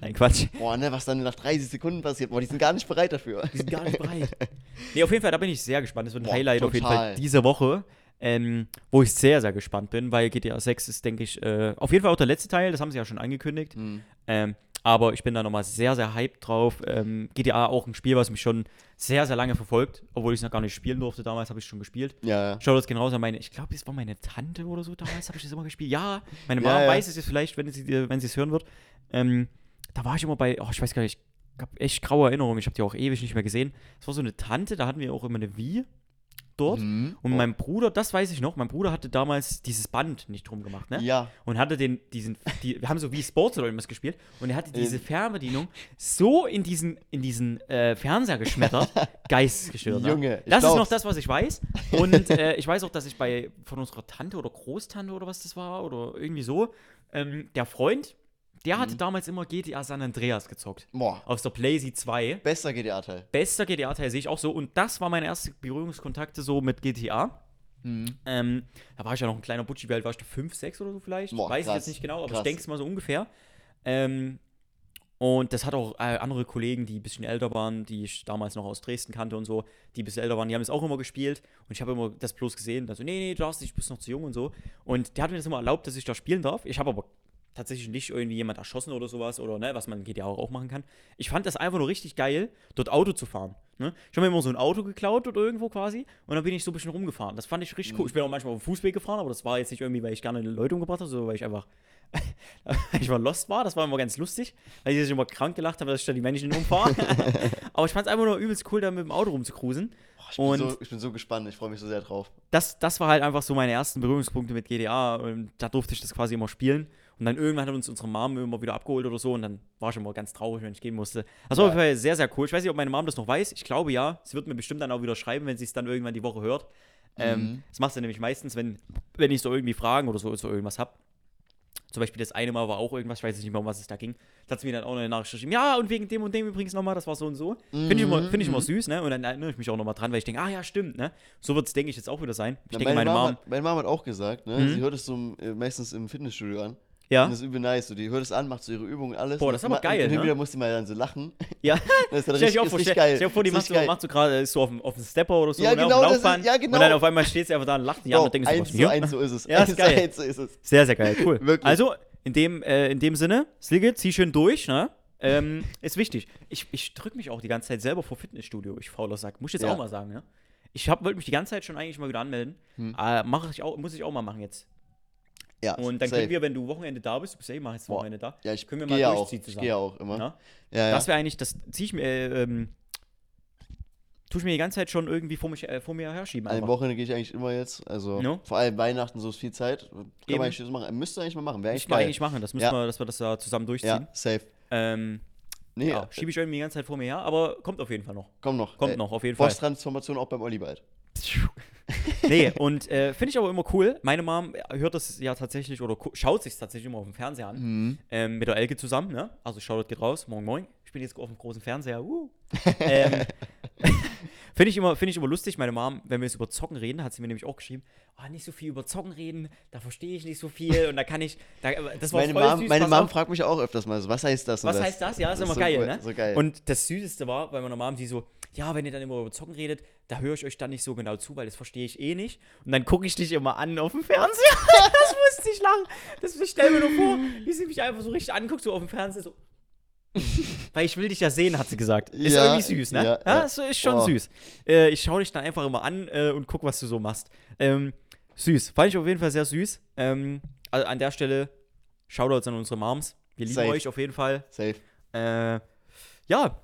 S1: Nein, Quatsch.
S2: Boah, ne, was dann nach 30 Sekunden passiert. Boah, die sind gar nicht bereit dafür.
S1: Die sind gar nicht bereit. Nee, auf jeden Fall, da bin ich sehr gespannt. Das wird ein
S2: Boah,
S1: Highlight auf jeden
S2: total.
S1: Fall diese Woche. Ähm, wo ich sehr, sehr gespannt bin, weil GTA 6 ist, denke ich, äh, auf jeden Fall auch der letzte Teil, das haben sie ja schon angekündigt. Ähm, aber ich bin da nochmal sehr, sehr hyped drauf. Ähm, GTA auch ein Spiel, was mich schon sehr, sehr lange verfolgt, obwohl ich es noch gar nicht spielen durfte. Damals habe ich schon gespielt.
S2: Ja, ja.
S1: Shoutouts gehen raus an meine, ich glaube, es war meine Tante oder so damals, habe ich das immer gespielt. Ja, meine
S2: Ja,
S1: Mama
S2: ja.
S1: weiß es jetzt vielleicht, wenn sie dir- wenn sie es hören wird. Ähm, da war ich immer bei, oh, ich weiß gar nicht, ich habe echt graue Erinnerungen, ich habe die auch ewig nicht mehr gesehen. Es war so eine Tante, da hatten wir auch immer eine Wii dort.
S2: Mhm.
S1: Und mein Bruder, das weiß ich noch, mein Bruder hatte damals dieses Band nicht drum gemacht, ne?
S2: Ja.
S1: Und hatte den, diesen, die, wir haben so wie Sports oder irgendwas gespielt und er hatte diese
S2: Ähm.
S1: Fernbedienung so in diesen, in diesen äh, Fernseher geschmettert, geistesgestört. ne?
S2: Junge, ich
S1: das ist noch
S2: glaub's.
S1: das, was ich weiß. Und äh, ich weiß auch, dass ich bei von unserer Tante oder Großtante oder was das war oder irgendwie so, ähm, der Freund, der
S2: Mhm.
S1: hatte damals immer GTA San Andreas gezockt.
S2: Boah,
S1: Aus der PlayZ 2.
S2: bester GTA-Teil.
S1: Bester GTA-Teil sehe ich auch so. Und das war meine erste Berührungskontakte so mit GTA. Ähm, da war ich ja noch ein kleiner Butschi, wie alt war ich da? 5, 6 oder so vielleicht?
S2: Boah,
S1: Weiß
S2: krass,
S1: ich jetzt nicht genau, aber
S2: krass.
S1: ich denke es mal so ungefähr. Ähm, und das hat auch äh, andere Kollegen, die ein bisschen älter waren, die ich damals noch aus Dresden kannte und so, die ein bisschen älter waren, die haben es auch immer gespielt. Und ich habe immer das bloß gesehen, dass so, nee, nee, du darfst nicht, du bist noch zu jung und so. Und der hat mir das immer erlaubt, dass ich da spielen darf. Ich habe aber tatsächlich nicht irgendwie jemand erschossen oder sowas oder ne, was man in GTA auch auch machen kann. Ich fand das einfach nur richtig geil, dort Auto zu fahren. Ne? Ich habe mir immer so ein Auto geklaut dort irgendwo quasi und dann bin ich so ein bisschen rumgefahren. Das fand ich richtig
S2: Mhm.
S1: cool. Ich bin auch manchmal auf dem Fußweg gefahren, aber das war jetzt nicht irgendwie, weil ich gerne Leute umgebracht habe, sondern weil ich einfach ich war lost war, das war immer ganz lustig, weil ich sich immer krank gelacht habe, dass ich da die Menschen umfahre. Aber ich fand es einfach nur übelst cool, da mit dem Auto rumzucruisen.
S2: Ich bin,
S1: Und
S2: so, ich bin so gespannt, ich freue mich so sehr drauf.
S1: das, das war halt einfach so meine ersten Berührungspunkte mit GDA. Und da durfte ich das quasi immer spielen. Und dann irgendwann hat uns unsere Mom immer wieder abgeholt oder so. Und dann war ich immer ganz traurig, wenn ich gehen musste. Das war auf jeden Fall sehr, sehr cool. Ich weiß nicht, ob meine Mom das noch weiß. Ich glaube ja. Sie wird mir bestimmt dann auch wieder schreiben, wenn sie es dann irgendwann die Woche hört.
S2: Mhm.
S1: Ähm, das machst du nämlich meistens, wenn, wenn ich so irgendwie Fragen oder so, so irgendwas habe. Zum Beispiel das eine Mal war auch irgendwas, ich weiß jetzt nicht mehr, um was es da ging. Da hat sie mir dann auch noch eine Nachricht geschrieben, ja, und wegen dem und dem übrigens nochmal, das war so und so. Finde ich, immer,
S2: Mhm,
S1: find ich immer
S2: mhm.
S1: süß, ne? Und dann erinnere ich mich auch nochmal dran, weil ich denke, ah ja, stimmt, ne? So wird es, denke ich, jetzt auch wieder sein. Ich
S2: Na,
S1: denke, meine Mom,
S2: Hat, meine Mom hat auch gesagt, ne,
S1: Mhm.
S2: sie hört es so im- äh, meistens im Fitnessstudio an. Und
S1: ja,
S2: das ist übel nice. So, die hört es an, macht so ihre Übungen und alles.
S1: Boah, das ist
S2: Und
S1: aber
S2: ma-
S1: geil,
S2: Und hin und
S1: ne?
S2: wieder musste man dann so lachen.
S1: ja.
S2: Das ist
S1: Stell
S2: dann richtig,
S1: dir auch
S2: ist
S1: vor,
S2: richtig
S1: stell,
S2: geil.
S1: stell dir vor, die
S2: Ist
S1: macht so,
S2: richtig geil.
S1: macht so gerade, ist so auf dem, auf dem Stepper oder so,
S2: Ja,
S1: ne,
S2: genau,
S1: auf dem
S2: das ist-
S1: Laufband.
S2: ja, genau.
S1: Und dann auf einmal steht sie einfach da und lacht dich an
S2: Doch,
S1: und denkst du,
S2: eins
S1: was
S2: zu
S1: ja?
S2: eins, so ist es.
S1: Ja, ist
S2: eins
S1: geil.
S2: zu eins, so ist es.
S1: Sehr, sehr geil, cool.
S2: Wirklich.
S1: Also, in dem, äh, in dem Sinne, Sligge, zieh schön durch, ne? Ähm, ist wichtig. Ich, ich drücke mich auch die ganze Zeit selber vor Fitnessstudio, ich fauler Sack. Muss ich jetzt
S2: Ja.
S1: auch mal sagen, ne? Ich hab- wollte mich die ganze Zeit schon eigentlich mal wieder anmelden.
S2: Hm.
S1: Äh, mach ich auch, muss ich auch mal machen jetzt.
S2: Ja,
S1: Und dann
S2: safe.
S1: können wir, wenn du Wochenende da bist, du bist ja immer jetzt
S2: Boah.
S1: Wochenende da,
S2: Ja, ich
S1: können wir
S2: geh
S1: mal
S2: ja auch.
S1: durchziehen
S2: Ich
S1: zusammen.
S2: gehe ja auch immer.
S1: ne?
S2: Ja, ja.
S1: Das wäre eigentlich, das ziehe ich mir, äh, ähm, tue ich mir die ganze Zeit schon irgendwie vor, mich, äh, vor mir herschieben.
S2: Ein
S1: einfach.
S2: Wochenende gehe ich eigentlich immer jetzt. Also
S1: No?
S2: vor allem Weihnachten, so ist viel Zeit. Kann
S1: Ne? Eben.
S2: man eigentlich das machen. Müsste eigentlich mal machen. Wäre eigentlich
S1: Müssen wir
S2: geil.
S1: eigentlich machen, das müssen
S2: Ja.
S1: wir, dass wir das da zusammen durchziehen.
S2: ja, safe.
S1: Ähm,
S2: Nee,
S1: ja, schiebe ich irgendwie die ganze Zeit vor mir her, aber kommt auf jeden Fall noch.
S2: komm noch.
S1: Kommt
S2: Äh,
S1: noch, auf jeden Fall.
S2: Boss-Transformation auch beim Olli bald.
S1: nee, und äh, finde ich aber immer cool. Meine Mom hört das ja tatsächlich oder gu- schaut sich tatsächlich immer auf dem Fernseher an.
S2: Mhm.
S1: Ähm, mit der Elke zusammen, ne? Also Shoutout geht raus, moin moin. Ich bin jetzt auf dem großen Fernseher. Uh. ähm, finde ich, immer- finde ich immer lustig. Meine Mom, wenn wir jetzt über Zocken reden, hat sie mir nämlich auch geschrieben, oh, nicht so viel über Zocken reden, da verstehe ich nicht so viel und da kann ich, da, das war
S2: Meine
S1: voll
S2: Mom,
S1: süß,
S2: meine
S1: pass
S2: Mom
S1: auf.
S2: fragt mich auch öfters mal so, was heißt das und
S1: Was heißt das? Ja, ist immer
S2: so
S1: geil,
S2: cool,
S1: ne?
S2: So geil.
S1: Und das Süßeste war, bei meiner Mom, die so, ja, wenn ihr dann immer über Zocken redet, da höre ich euch dann nicht so genau zu, weil das verstehe ich eh nicht. Und dann gucke ich dich immer an auf dem Fernseher. das musste ich lachen. Das ich stell mir nur vor, wie sie mich einfach so richtig anguckt, so auf dem Fernseher, so. Weil ich will dich ja sehen, hat sie gesagt. Ist
S2: Ja,
S1: irgendwie süß, ne?
S2: ja,
S1: Ja,
S2: ja. Oh.
S1: Ist, ist schon
S2: Boah.
S1: süß. Äh, ich schaue dich dann einfach immer an äh, und guck, was du so machst. Ähm, süß. Fand ich auf jeden Fall sehr süß. Ähm, also an der Stelle, Shoutouts an unsere Moms. Wir lieben
S2: Safe.
S1: euch auf jeden Fall.
S2: Safe.
S1: Äh, ja,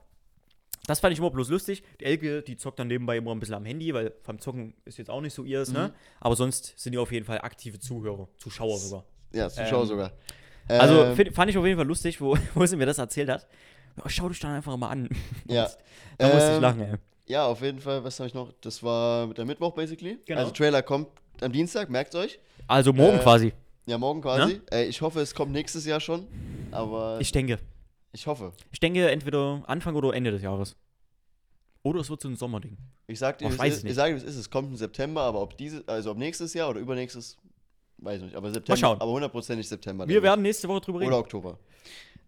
S1: das fand ich immer bloß lustig. Die Elke, die zockt dann nebenbei immer ein bisschen am Handy, weil beim Zocken ist jetzt auch nicht so ihres,
S2: Mhm.
S1: ne? Aber sonst sind die auf jeden Fall aktive Zuhörer, Zuschauer sogar.
S2: Ja, Zuschauer
S1: Ähm,
S2: sogar.
S1: Also
S2: Ähm,
S1: find, fand ich auf jeden Fall lustig, wo, wo sie mir das erzählt hat. Ja, Schau dich dann einfach mal an.
S2: Ja.
S1: Da musste ich
S2: Ähm,
S1: lachen, ey.
S2: Ja, auf jeden Fall, was habe ich noch? Das war mit der Mittwoch basically.
S1: Genau.
S2: Also Trailer kommt am Dienstag, merkt euch.
S1: Also morgen
S2: äh,
S1: quasi.
S2: Ja, morgen quasi. Äh, ich hoffe, es kommt nächstes Jahr schon. Aber ich,
S1: Ne? Ich denke.
S2: hoffe.
S1: Ich denke entweder Anfang oder Ende des Jahres. Oder es wird so ein Sommerding.
S2: Ich sag dir,
S1: Boah, ich Oh,
S2: wie es
S1: weiß
S2: ist-
S1: es
S2: ich
S1: nicht.
S2: sage, es ist. Es kommt im September, aber ob dieses, also ob nächstes Jahr oder übernächstes, weiß ich nicht. Aber September.
S1: schauen.
S2: Aber hundertprozentig September.
S1: Wir
S2: denke
S1: werden nächste Woche drüber
S2: Also
S1: reden.
S2: ich. Oder Oktober.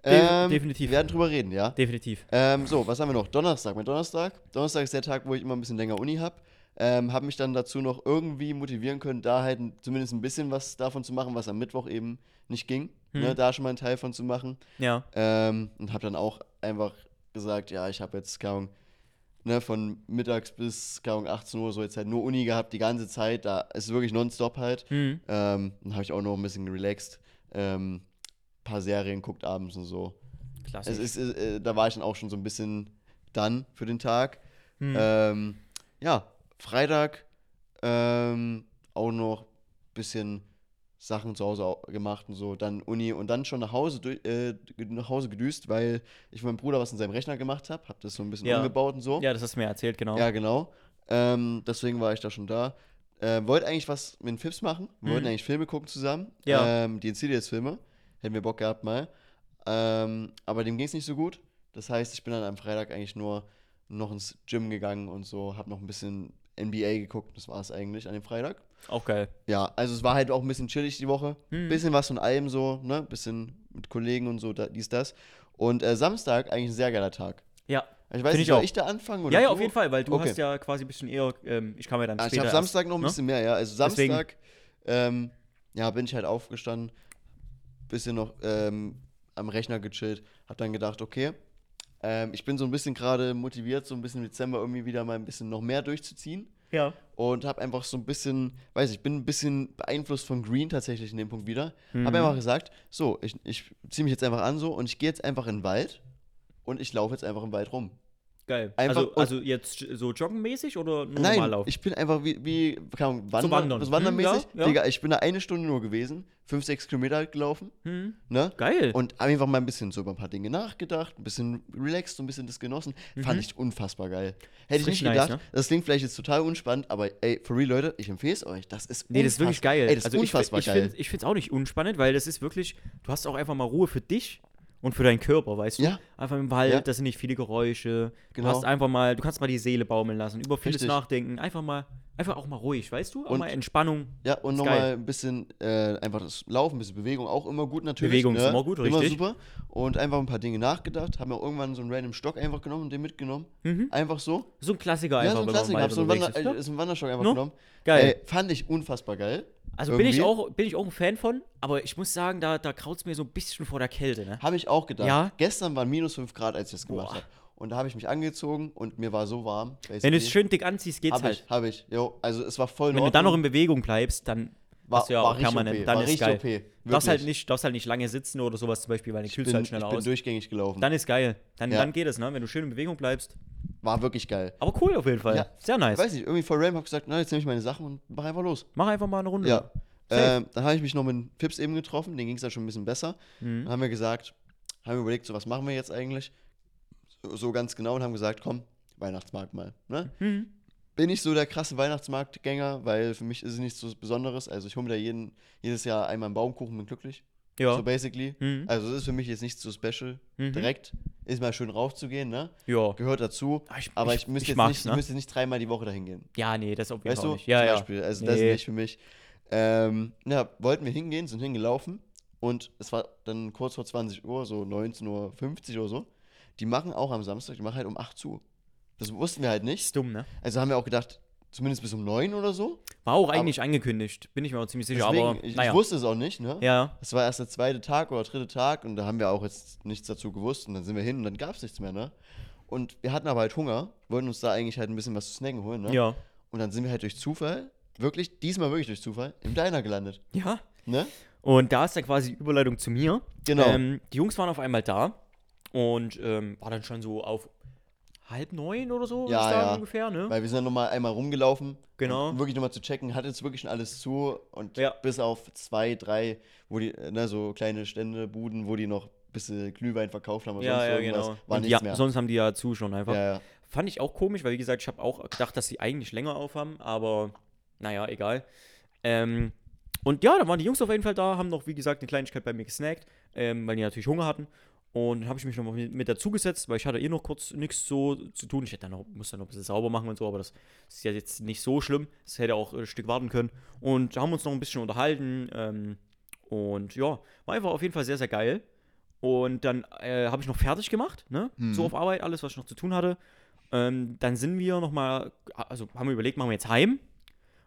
S2: Ähm,
S1: De- definitiv.
S2: Wir werden drüber reden, ja.
S1: Definitiv.
S2: Ähm, so, was haben wir noch? Donnerstag. Mein Donnerstag. Donnerstag ist der Tag, wo ich immer ein bisschen länger Uni habe. Ähm, habe mich dann dazu noch irgendwie motivieren können, da halt n- zumindest ein bisschen was davon zu machen, was am Mittwoch eben nicht ging.
S1: Hm.
S2: Ne, da schon mal einen Teil von zu machen.
S1: Ja.
S2: Ähm, und habe dann auch einfach gesagt, ja, ich habe jetzt, keine Ahnung, ne, von mittags bis, keine Ahnung, 18 Uhr so jetzt halt nur Uni gehabt, die ganze Zeit. Da ist wirklich nonstop halt.
S1: Hm.
S2: Ähm, dann habe ich auch noch ein bisschen relaxed. Ähm, paar Serien guckt abends und so.
S1: Klasse.
S2: Es ist, äh, äh, da war ich dann auch schon so ein bisschen dann für den Tag.
S1: Hm.
S2: Ähm, ja, Freitag ähm, auch noch ein bisschen Sachen zu Hause au- gemacht und so, dann Uni und dann schon nach Hause, du- äh, ge- nach Hause gedüst, weil ich mit meinem Bruder was in seinem Rechner gemacht habe, habe das so ein bisschen
S1: Ja.
S2: umgebaut und so.
S1: ja, das hast du mir erzählt, genau.
S2: Ja, genau. Ähm, deswegen war ich da schon da. Ähm, wollte eigentlich was mit den Fips machen. Wir wollten eigentlich Filme gucken zusammen.
S1: Mhm. Ja.
S2: Ähm, die Insidious-Filme. Hätten wir Bock gehabt mal. Ähm, aber dem ging es nicht so gut. Das heißt, ich bin dann am Freitag eigentlich nur noch ins Gym gegangen und so. Hab noch ein bisschen NBA geguckt. Das war es eigentlich an dem Freitag.
S1: Auch geil.
S2: Ja, also es war halt auch ein bisschen chillig die Woche.
S1: Mhm.
S2: Bisschen was von allem so, ne? Bisschen mit Kollegen und so, da, dies, das. Und äh, Samstag eigentlich ein sehr geiler Tag. Also
S1: Ja.
S2: Ich weiß
S1: Find
S2: nicht,
S1: ich
S2: soll
S1: auch.
S2: ich da anfangen? Oder
S1: Ja, ja,
S2: du?
S1: auf jeden Fall, weil du
S2: Okay.
S1: hast ja quasi ein bisschen eher, ähm, ich kam ja dann
S2: Ah, ich
S1: später.
S2: habe
S1: erst,
S2: Samstag noch ein
S1: ne?
S2: bisschen mehr, ja. Also
S1: Deswegen-
S2: Samstag ähm, ja, bin ich halt aufgestanden, bisschen noch ähm, am Rechner gechillt, hab dann gedacht, okay, ähm, ich bin so ein bisschen gerade motiviert, so ein bisschen im Dezember irgendwie wieder mal ein bisschen noch mehr durchzuziehen
S1: Ja.
S2: und habe einfach so ein bisschen, weiß ich, bin ein bisschen beeinflusst von Green tatsächlich in dem Punkt wieder.
S1: Mhm.
S2: Habe einfach gesagt, so, ich, ich ziehe mich jetzt einfach an so und ich gehe jetzt einfach in den Wald und ich laufe jetzt einfach im Wald rum.
S1: Geil.
S2: Einfach
S1: also,
S2: aus-
S1: also jetzt so joggenmäßig oder nur normal
S2: Nein,
S1: laufen?
S2: ich bin einfach wie, wie keine Ahnung, wandern,
S1: Wandern.
S2: Das wandermäßig.
S1: Hm, ja, ja.
S2: Digga, ich bin da eine Stunde nur gewesen, fünf, sechs Kilometer gelaufen,
S1: Hm,
S2: ne?
S1: geil.
S2: Und hab einfach mal ein bisschen so über ein paar Dinge nachgedacht, ein bisschen relaxed, so ein bisschen das genossen. Fand ich unfassbar geil. Hätte ich
S1: Mhm. richtig
S2: nicht
S1: nice,
S2: gedacht.
S1: ne?
S2: Das klingt vielleicht jetzt total unspannend, aber ey, for real, Leute, ich empfehle es euch. Das ist
S1: Nee, das ist wirklich
S2: unfass-
S1: geil.
S2: Ey, das
S1: also
S2: ist
S1: ich fi-
S2: unfassbar
S1: ich,
S2: geil.
S1: find- ich finde es auch nicht unspannend, weil das ist wirklich, du hast auch einfach mal Ruhe für dich und für deinen Körper, weißt du?
S2: Ja.
S1: Einfach im Wald,
S2: Ja.
S1: das sind nicht viele Geräusche.
S2: Genau.
S1: Du hast einfach mal, du kannst mal die Seele baumeln lassen, über vieles
S2: Richtig.
S1: nachdenken, einfach mal, einfach auch mal ruhig, weißt du? Auch
S2: Und-
S1: mal Entspannung.
S2: Ja, und
S1: Ist
S2: nochmal
S1: geil.
S2: ein bisschen äh, einfach das Laufen, ein bisschen Bewegung, auch immer gut natürlich. ne?
S1: Bewegung ist immer gut,
S2: Immer
S1: richtig.
S2: super. Und einfach ein paar Dinge nachgedacht, haben ja irgendwann so einen random Stock einfach genommen und den mitgenommen.
S1: Mhm.
S2: Einfach so.
S1: So ein Klassiker
S2: Ja,
S1: einfach,
S2: so ein
S1: wenn man
S2: Klassiker,
S1: mal
S2: hab so einen,
S1: unterwegs
S2: Wander,
S1: ist,
S2: äh,
S1: ne?
S2: ist einen Wanderstock einfach
S1: No?
S2: genommen.
S1: Geil.
S2: Ey, fand ich unfassbar geil.
S1: Also bin ich,
S2: Irgendwie.
S1: auch, bin ich auch ein Fan von, aber ich muss sagen, da, da kraut es mir so ein bisschen vor der Kälte, ne?
S2: Habe ich auch gedacht.
S1: Ja.
S2: Gestern waren minus 5 Grad, als ich das gemacht
S1: Boah.
S2: habe. Und da habe ich mich angezogen und mir war so warm.
S1: Wenn du es schön dick anziehst, geht's
S2: Habe
S1: halt.
S2: ich, habe ich. Jo, also es war voll in
S1: Wenn du dann noch
S2: Ordnung.
S1: in Bewegung bleibst, dann
S2: War-
S1: hast du ja auch
S2: war richtig
S1: permanent.
S2: OP,
S1: Dann
S2: war
S1: ist
S2: richtig
S1: geil.
S2: OP,
S1: darfst, halt
S2: wirklich.
S1: nicht, darfst halt nicht lange sitzen oder sowas zum Beispiel, weil dann kühlst
S2: bin,
S1: du halt
S2: ich bin
S1: schneller aus.
S2: durchgängig gelaufen.
S1: Dann ist geil. Dann,
S2: Ja.
S1: dann geht es, ne? wenn du schön in Bewegung bleibst.
S2: war wirklich geil.
S1: Aber cool auf jeden Fall.
S2: Ja.
S1: Sehr nice.
S2: Weiß nicht, irgendwie voll random habe ich gesagt, na, jetzt nehme ich meine Sachen und mach einfach los.
S1: Mach einfach mal eine Runde.
S2: Ja.
S1: Safe.
S2: Ähm, dann habe ich mich noch mit Pips eben getroffen, denen ging es dann schon ein bisschen besser.
S1: Mhm.
S2: Dann haben wir gesagt, haben wir überlegt, so was machen wir jetzt eigentlich? So, so ganz genau und haben gesagt, komm, Weihnachtsmarkt mal. Ne?
S1: Mhm.
S2: Bin ich so der krasse Weihnachtsmarktgänger, weil für mich ist es nichts so Besonderes. Also ich hole mir da jeden, jedes Jahr einmal einen Baumkuchen, bin glücklich.
S1: Ja.
S2: So basically.
S1: Mhm.
S2: Also es ist für mich jetzt nichts so special.
S1: Mhm.
S2: Direkt ist mal schön raufzugehen, ne?
S1: ja.
S2: Gehört dazu.
S1: Ah, ich-
S2: aber ich,
S1: ich-
S2: müsste
S1: ich
S2: jetzt
S1: mag's,
S2: nicht,
S1: ne?
S2: müsste jetzt nicht dreimal die Woche dahin gehen.
S1: ja, nee, das auf jeden
S2: Weißt
S1: Fall
S2: du,
S1: auch nicht. Ja,
S2: zum
S1: ja.
S2: Beispiel. Also
S1: nee.
S2: das ist nicht für mich. Ähm, ja, wollten wir hingehen, sind hingelaufen und es war dann kurz vor 20 Uhr, so 19.50 Uhr oder so. Die machen auch am Samstag, die machen halt um 8 zu. Das wussten wir halt nicht.
S1: Ist dumm, ne?
S2: Also haben wir auch gedacht, zumindest bis um 9 oder so.
S1: War auch eigentlich angekündigt. Bin ich mir auch ziemlich sicher.
S2: Deswegen,
S1: aber
S2: ich,
S1: naja.
S2: ich wusste es auch nicht, ne?
S1: ja.
S2: Das war erst der zweite Tag oder dritte Tag und da haben wir auch jetzt nichts dazu gewusst und dann sind wir hin und dann gab es nichts mehr, ne? Und wir hatten aber halt Hunger, wollten uns da eigentlich halt ein bisschen was zu snacken holen, ne?
S1: Ja.
S2: Und dann sind wir halt durch Zufall, wirklich, diesmal wirklich durch Zufall, im Diner gelandet.
S1: Ja.
S2: Ne?
S1: Und da ist ja quasi die Überleitung zu mir.
S2: Genau.
S1: Ähm, die Jungs waren auf einmal da und ähm, war dann schon so auf halb neun oder so,
S2: Ja,
S1: ich sagen,
S2: ja.
S1: ungefähr, ne?
S2: Weil wir sind dann nochmal einmal rumgelaufen.
S1: Genau.
S2: Um wirklich nochmal zu checken, hat jetzt wirklich schon alles zu. Und
S1: Ja.
S2: bis auf zwei, drei, wo die, äh, ne, so kleine Stände, Buden, wo die noch ein bisschen Glühwein verkauft haben oder
S1: ja,
S2: sonst
S1: ja,
S2: irgendwas,
S1: genau.
S2: war
S1: Und
S2: nichts
S1: ja,
S2: mehr.
S1: Sonst haben die ja zu schon einfach.
S2: ja, ja.
S1: Fand ich auch komisch, weil wie gesagt, ich habe auch gedacht, dass sie eigentlich länger aufhaben, aber naja, egal. Ähm, und ja, da waren die Jungs auf jeden Fall da, haben noch, wie gesagt, eine Kleinigkeit bei mir gesnackt, ähm, weil die natürlich Hunger hatten. Und dann habe ich mich nochmal mit, mit dazugesetzt, weil ich hatte eh noch kurz nichts so zu tun. Ich hätte dann noch, musste dann noch ein bisschen sauber machen und so, aber das ist ja jetzt nicht so schlimm. Das hätte auch ein Stück warten können. Und haben uns noch ein bisschen unterhalten. Ähm, und ja, war einfach auf jeden Fall sehr, sehr geil. Und dann äh, habe ich noch fertig gemacht, ne?
S2: Mhm.
S1: So auf Arbeit, alles, was ich noch zu tun hatte. Ähm, dann sind wir nochmal, also haben wir überlegt, machen wir jetzt heim.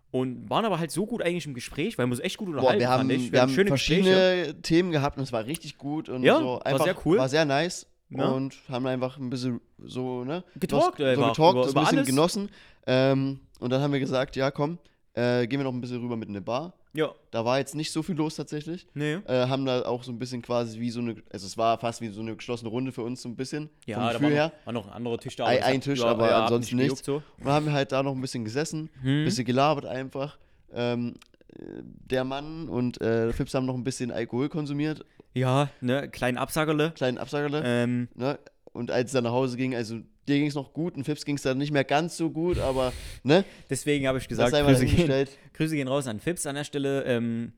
S1: Und waren aber halt so gut eigentlich im Gespräch, weil wir uns echt gut
S2: Boah,
S1: unterhalten
S2: wir haben,
S1: fand ich.
S2: wir haben verschiedene
S1: Gespräche.
S2: Themen gehabt und es war richtig gut. Und
S1: Ja,
S2: so
S1: war
S2: einfach,
S1: sehr cool.
S2: War sehr nice.
S1: Ja.
S2: Und haben einfach ein bisschen so, ne?
S1: Getalkt
S2: so
S1: einfach
S2: getalkt,
S1: über-
S2: das
S1: über
S2: ein bisschen
S1: alles.
S2: genossen. Ähm, und dann haben wir gesagt, ja komm, äh, gehen wir noch ein bisschen rüber mit in eine Bar.
S1: Ja,
S2: Da war jetzt nicht so viel los tatsächlich.
S1: nee.
S2: äh, haben da auch so ein bisschen quasi wie so eine, also es war fast wie so eine geschlossene Runde für uns so ein bisschen.
S1: Ja, da
S2: Gefühl
S1: war
S2: her.
S1: noch, war noch ein anderer Tisch da.
S2: Ein-
S1: aber das
S2: ein
S1: hat-
S2: Tisch,
S1: ja,
S2: aber
S1: ja, hat
S2: ansonsten
S1: nicht
S2: nichts.
S1: gejuckt So.
S2: Und haben wir halt da noch ein bisschen gesessen, ein
S1: Hm.
S2: bisschen gelabert einfach. Ähm, äh, der Mann und äh, Fips haben noch ein bisschen Alkohol konsumiert,
S1: Ja, ne, kleinen Absackerle.
S2: kleinen Absagerle.
S1: Ähm,
S2: Ne? Und als es dann nach Hause ging, also dir ging es noch gut und Fips ging es dann nicht mehr ganz so gut, aber ne,
S1: deswegen habe ich
S2: das
S1: gesagt,
S2: sei mal
S1: Grüße gehen,
S2: dahingestellt.
S1: Grüße gehen raus an Fips an der Stelle. Ähm,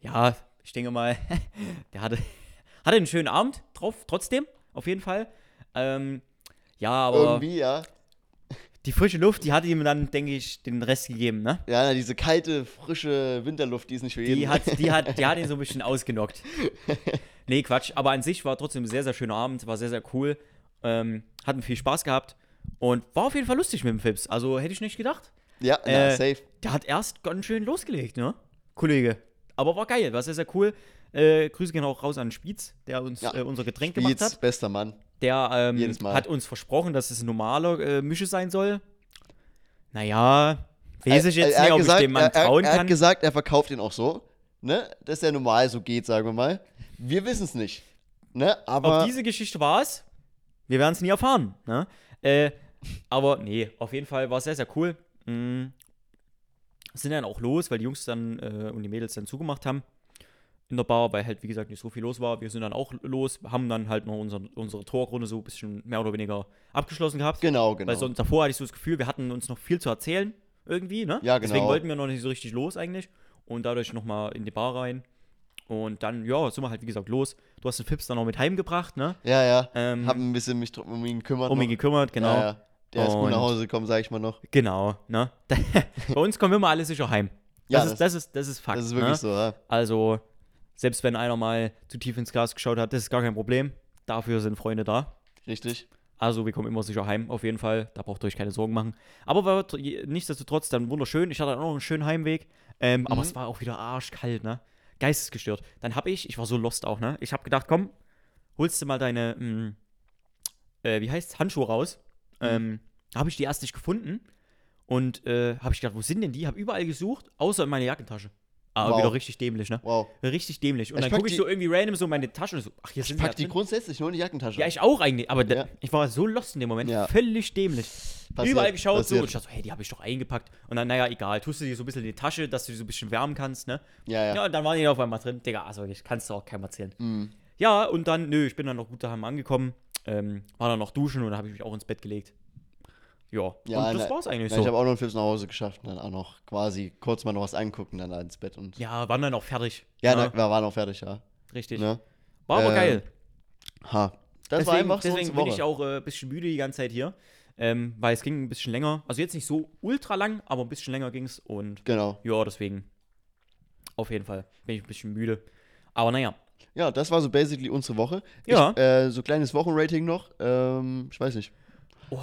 S1: ja, ich denke mal, der hatte, hatte einen schönen Abend drauf, trotzdem, auf jeden Fall. Ähm, ja, aber
S2: Irgendwie, ja.
S1: die frische Luft, die hat ihm dann, denke ich, den Rest gegeben, ne?
S2: Ja, na, diese kalte, frische Winterluft, die ist nicht für jeden.
S1: Die hat, die, hat, die hat ihn so ein bisschen ausgenockt. Nee, Quatsch. Aber an sich war trotzdem ein sehr, sehr schöner Abend, war sehr, sehr cool. Ähm, hatten viel Spaß gehabt und war auf jeden Fall lustig mit dem Fips. Also hätte ich nicht gedacht.
S2: ja, na,
S1: äh,
S2: safe.
S1: Der hat erst ganz schön losgelegt, ne? Kollege. Aber war geil, war sehr, sehr cool. Äh, Grüße gehen auch raus an Spitz, der uns
S2: Ja.
S1: äh, unser Getränk gemacht
S2: Beats,
S1: hat.
S2: bester Mann.
S1: Der ähm,
S2: Jedes Mal.
S1: hat uns versprochen, dass es ein normaler äh, Mische sein soll. Naja, weiß ich jetzt
S2: Er-
S1: nicht,
S2: er hat
S1: ob
S2: gesagt,
S1: ich dem Mann
S2: er, er,
S1: trauen
S2: Er
S1: kann.
S2: hat gesagt, er verkauft ihn auch so, ne? Dass er normal so geht, sagen wir mal. Wir wissen es nicht, ne?
S1: Ob
S2: Aber
S1: diese Geschichte war es, Wir werden es nie erfahren. Ne? Äh, aber nee, auf jeden Fall war es sehr, sehr cool. Mhm. Sind dann auch los, weil die Jungs dann äh, und die Mädels dann zugemacht haben in der Bar, weil halt, wie gesagt, nicht so viel los war. Wir sind dann auch los, haben dann halt noch unseren, unsere Torrunde so ein bisschen mehr oder weniger abgeschlossen gehabt.
S2: Genau, genau.
S1: Weil sonst davor hatte ich so das Gefühl, wir hatten uns noch viel zu erzählen irgendwie, ne?
S2: Ja, genau.
S1: Deswegen wollten wir noch nicht so richtig los eigentlich und dadurch nochmal in die Bar rein. Und dann, ja, sind wir halt, wie gesagt, los. Du hast den Fips dann noch mit heimgebracht, ne?
S2: ja, ja.
S1: Ähm,
S2: Hab ein bisschen mich drum- um ihn gekümmert.
S1: um ihn
S2: noch.
S1: gekümmert, genau.
S2: Ja, ja. Der ist gut
S1: Und-
S2: nach Hause gekommen, sag ich mal noch.
S1: Genau, ne? Bei uns kommen immer alle sicher heim.
S2: Ja,
S1: Das, ist, das, ist, das ist Fakt.
S2: Das ist wirklich
S1: ne?
S2: so, ja.
S1: Also, selbst wenn einer mal zu tief ins Glas geschaut hat, das ist gar kein Problem. Dafür sind Freunde da.
S2: Richtig.
S1: Also, wir kommen immer sicher heim, auf jeden Fall. Da braucht ihr euch keine Sorgen machen. Aber war tr- je- nichtsdestotrotz dann wunderschön. Ich hatte auch noch einen schönen Heimweg. Ähm,
S2: Mhm.
S1: Aber es war auch wieder arschkalt, ne? Geistesgestört. Dann habe ich, ich war so lost auch, ne? Ich habe gedacht, komm, holst du mal deine, mh, äh, wie heißt's, Handschuhe raus.
S2: Mhm.
S1: Ähm, habe ich die erst nicht gefunden. Und äh, habe ich gedacht, wo sind denn die? Habe überall gesucht, außer in meiner Jackentasche. Aber
S2: Wow.
S1: wieder richtig dämlich, ne?
S2: Wow.
S1: Richtig dämlich. Und
S2: Ich
S1: dann
S2: pack
S1: gucke ich
S2: die-
S1: so irgendwie random so in meine Tasche und so, ach, hier
S2: Ich
S1: sind
S2: pack
S1: die
S2: die
S1: ja, drin.
S2: grundsätzlich nur in die Jackentasche.
S1: ja, ich auch eigentlich, aber da,
S2: Ja.
S1: ich war so lost in dem Moment,
S2: Ja.
S1: völlig dämlich.
S2: Passiert,
S1: überall geschaut so
S2: passiert.
S1: und ich dachte so, hey, die habe ich doch eingepackt. Und dann, naja, egal, tust du die so ein bisschen in die Tasche, dass du die so ein bisschen wärmen kannst, ne?
S2: Ja, ja. Mhm.
S1: Ja, und dann waren die auf einmal drin. Digga, also ich kannst du auch keinem erzählen. Ja, und dann, nö, ich bin dann noch gut daheim angekommen, ähm, war dann noch duschen und dann habe ich mich auch ins Bett gelegt. Ja, und das
S2: na-
S1: war's eigentlich
S2: na,
S1: so.
S2: Ich habe auch noch einen Flips nach Hause geschafft und dann auch noch quasi kurz mal noch was angucken, dann ins Bett und. Ja,
S1: ja, waren dann auch fertig.
S2: Na, wir waren auch fertig, ja.
S1: richtig.
S2: Ne?
S1: War aber
S2: Ähm,
S1: geil.
S2: Ha. Das war
S1: deswegen
S2: einfach so
S1: deswegen
S2: unsere
S1: bin
S2: Woche.
S1: ich auch äh, ein bisschen müde die ganze Zeit hier, ähm, weil es ging ein bisschen länger. Also jetzt nicht so ultra lang, aber ein bisschen länger ging es. Und
S2: Genau.
S1: ja, deswegen auf jeden Fall bin ich ein bisschen müde. Aber naja,
S2: Ja, das war so basically unsere Woche.
S1: Ja.
S2: Ich, äh, so kleines Wochenrating noch. Ähm, ich weiß nicht.
S1: oh,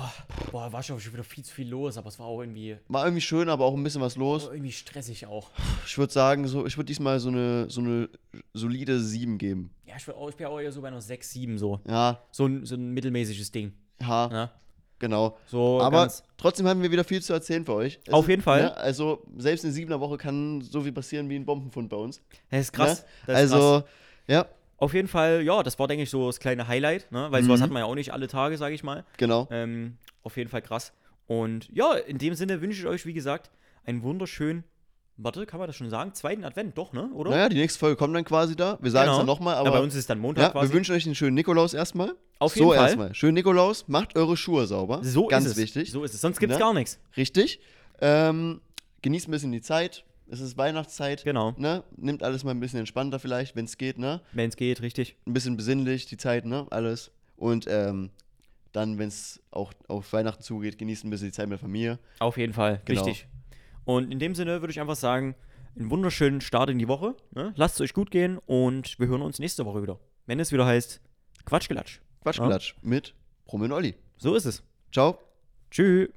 S1: boah, war schon schon wieder viel zu viel los, aber es war auch irgendwie,
S2: War irgendwie schön, aber auch ein bisschen was los.
S1: irgendwie stressig auch.
S2: Ich würde sagen, so, ich würde diesmal so eine, so eine solide 7 geben.
S1: Ja, ich, bin auch- ich bin auch eher so bei einer 6, 7 so.
S2: Ja,
S1: So ein, so ein mittelmäßiges Ding.
S2: ha,
S1: Ne?
S2: genau.
S1: So
S2: aber
S1: ganz-
S2: trotzdem haben wir wieder viel zu erzählen für euch. Es
S1: Auf
S2: ist-
S1: jeden Fall.
S2: Ne, also, selbst in siebener Woche kann so viel passieren wie ein Bombenfund bei uns.
S1: das ist krass.
S2: Ne?
S1: Das ist krass.
S2: also, ja,
S1: Auf jeden Fall, ja, das war, denke ich, so das kleine Highlight, ne? weil
S2: Mhm.
S1: sowas hat man ja auch nicht alle Tage, sage ich mal.
S2: genau.
S1: Ähm, auf jeden Fall krass. Und ja, in dem Sinne wünsche ich euch, wie gesagt, einen wunderschönen, warte, kann man das schon sagen? Zweiten Advent, doch, ne? Oder?
S2: Naja, die nächste Folge kommt dann quasi da. Wir sagen es
S1: Genau.
S2: dann nochmal,
S1: Ja,
S2: aber
S1: bei uns ist es dann Montag
S2: ja,
S1: quasi.
S2: wir wünschen euch einen schönen Nikolaus erstmal.
S1: Auf
S2: so
S1: jeden Fall.
S2: erstmal. Schönen Nikolaus, macht eure Schuhe sauber.
S1: so
S2: Ganz
S1: ist es.
S2: wichtig.
S1: So ist es. Sonst gibt es
S2: Ne?
S1: gar nichts.
S2: Richtig. Ähm, genießt ein bisschen die Zeit. Es ist Weihnachtszeit.
S1: Genau.
S2: Ne? Nimmt alles mal ein bisschen entspannter vielleicht, wenn es geht, ne?
S1: Wenn es geht, richtig.
S2: Ein bisschen besinnlich, die Zeit, ne? Alles. Und ähm, dann, wenn es auch auf Weihnachten zugeht, genießt ein bisschen die Zeit mit der Familie.
S1: Auf jeden Fall,
S2: Genau.
S1: richtig. Und in dem Sinne würde ich einfach sagen, einen wunderschönen Start in die Woche. Ne? Lasst es euch gut gehen und wir hören uns nächste Woche wieder. Wenn es wieder heißt, Quatschgelatsch.
S2: Quatschklatsch mit Promin Olli.
S1: So ist es.
S2: Ciao.
S1: Tschüss.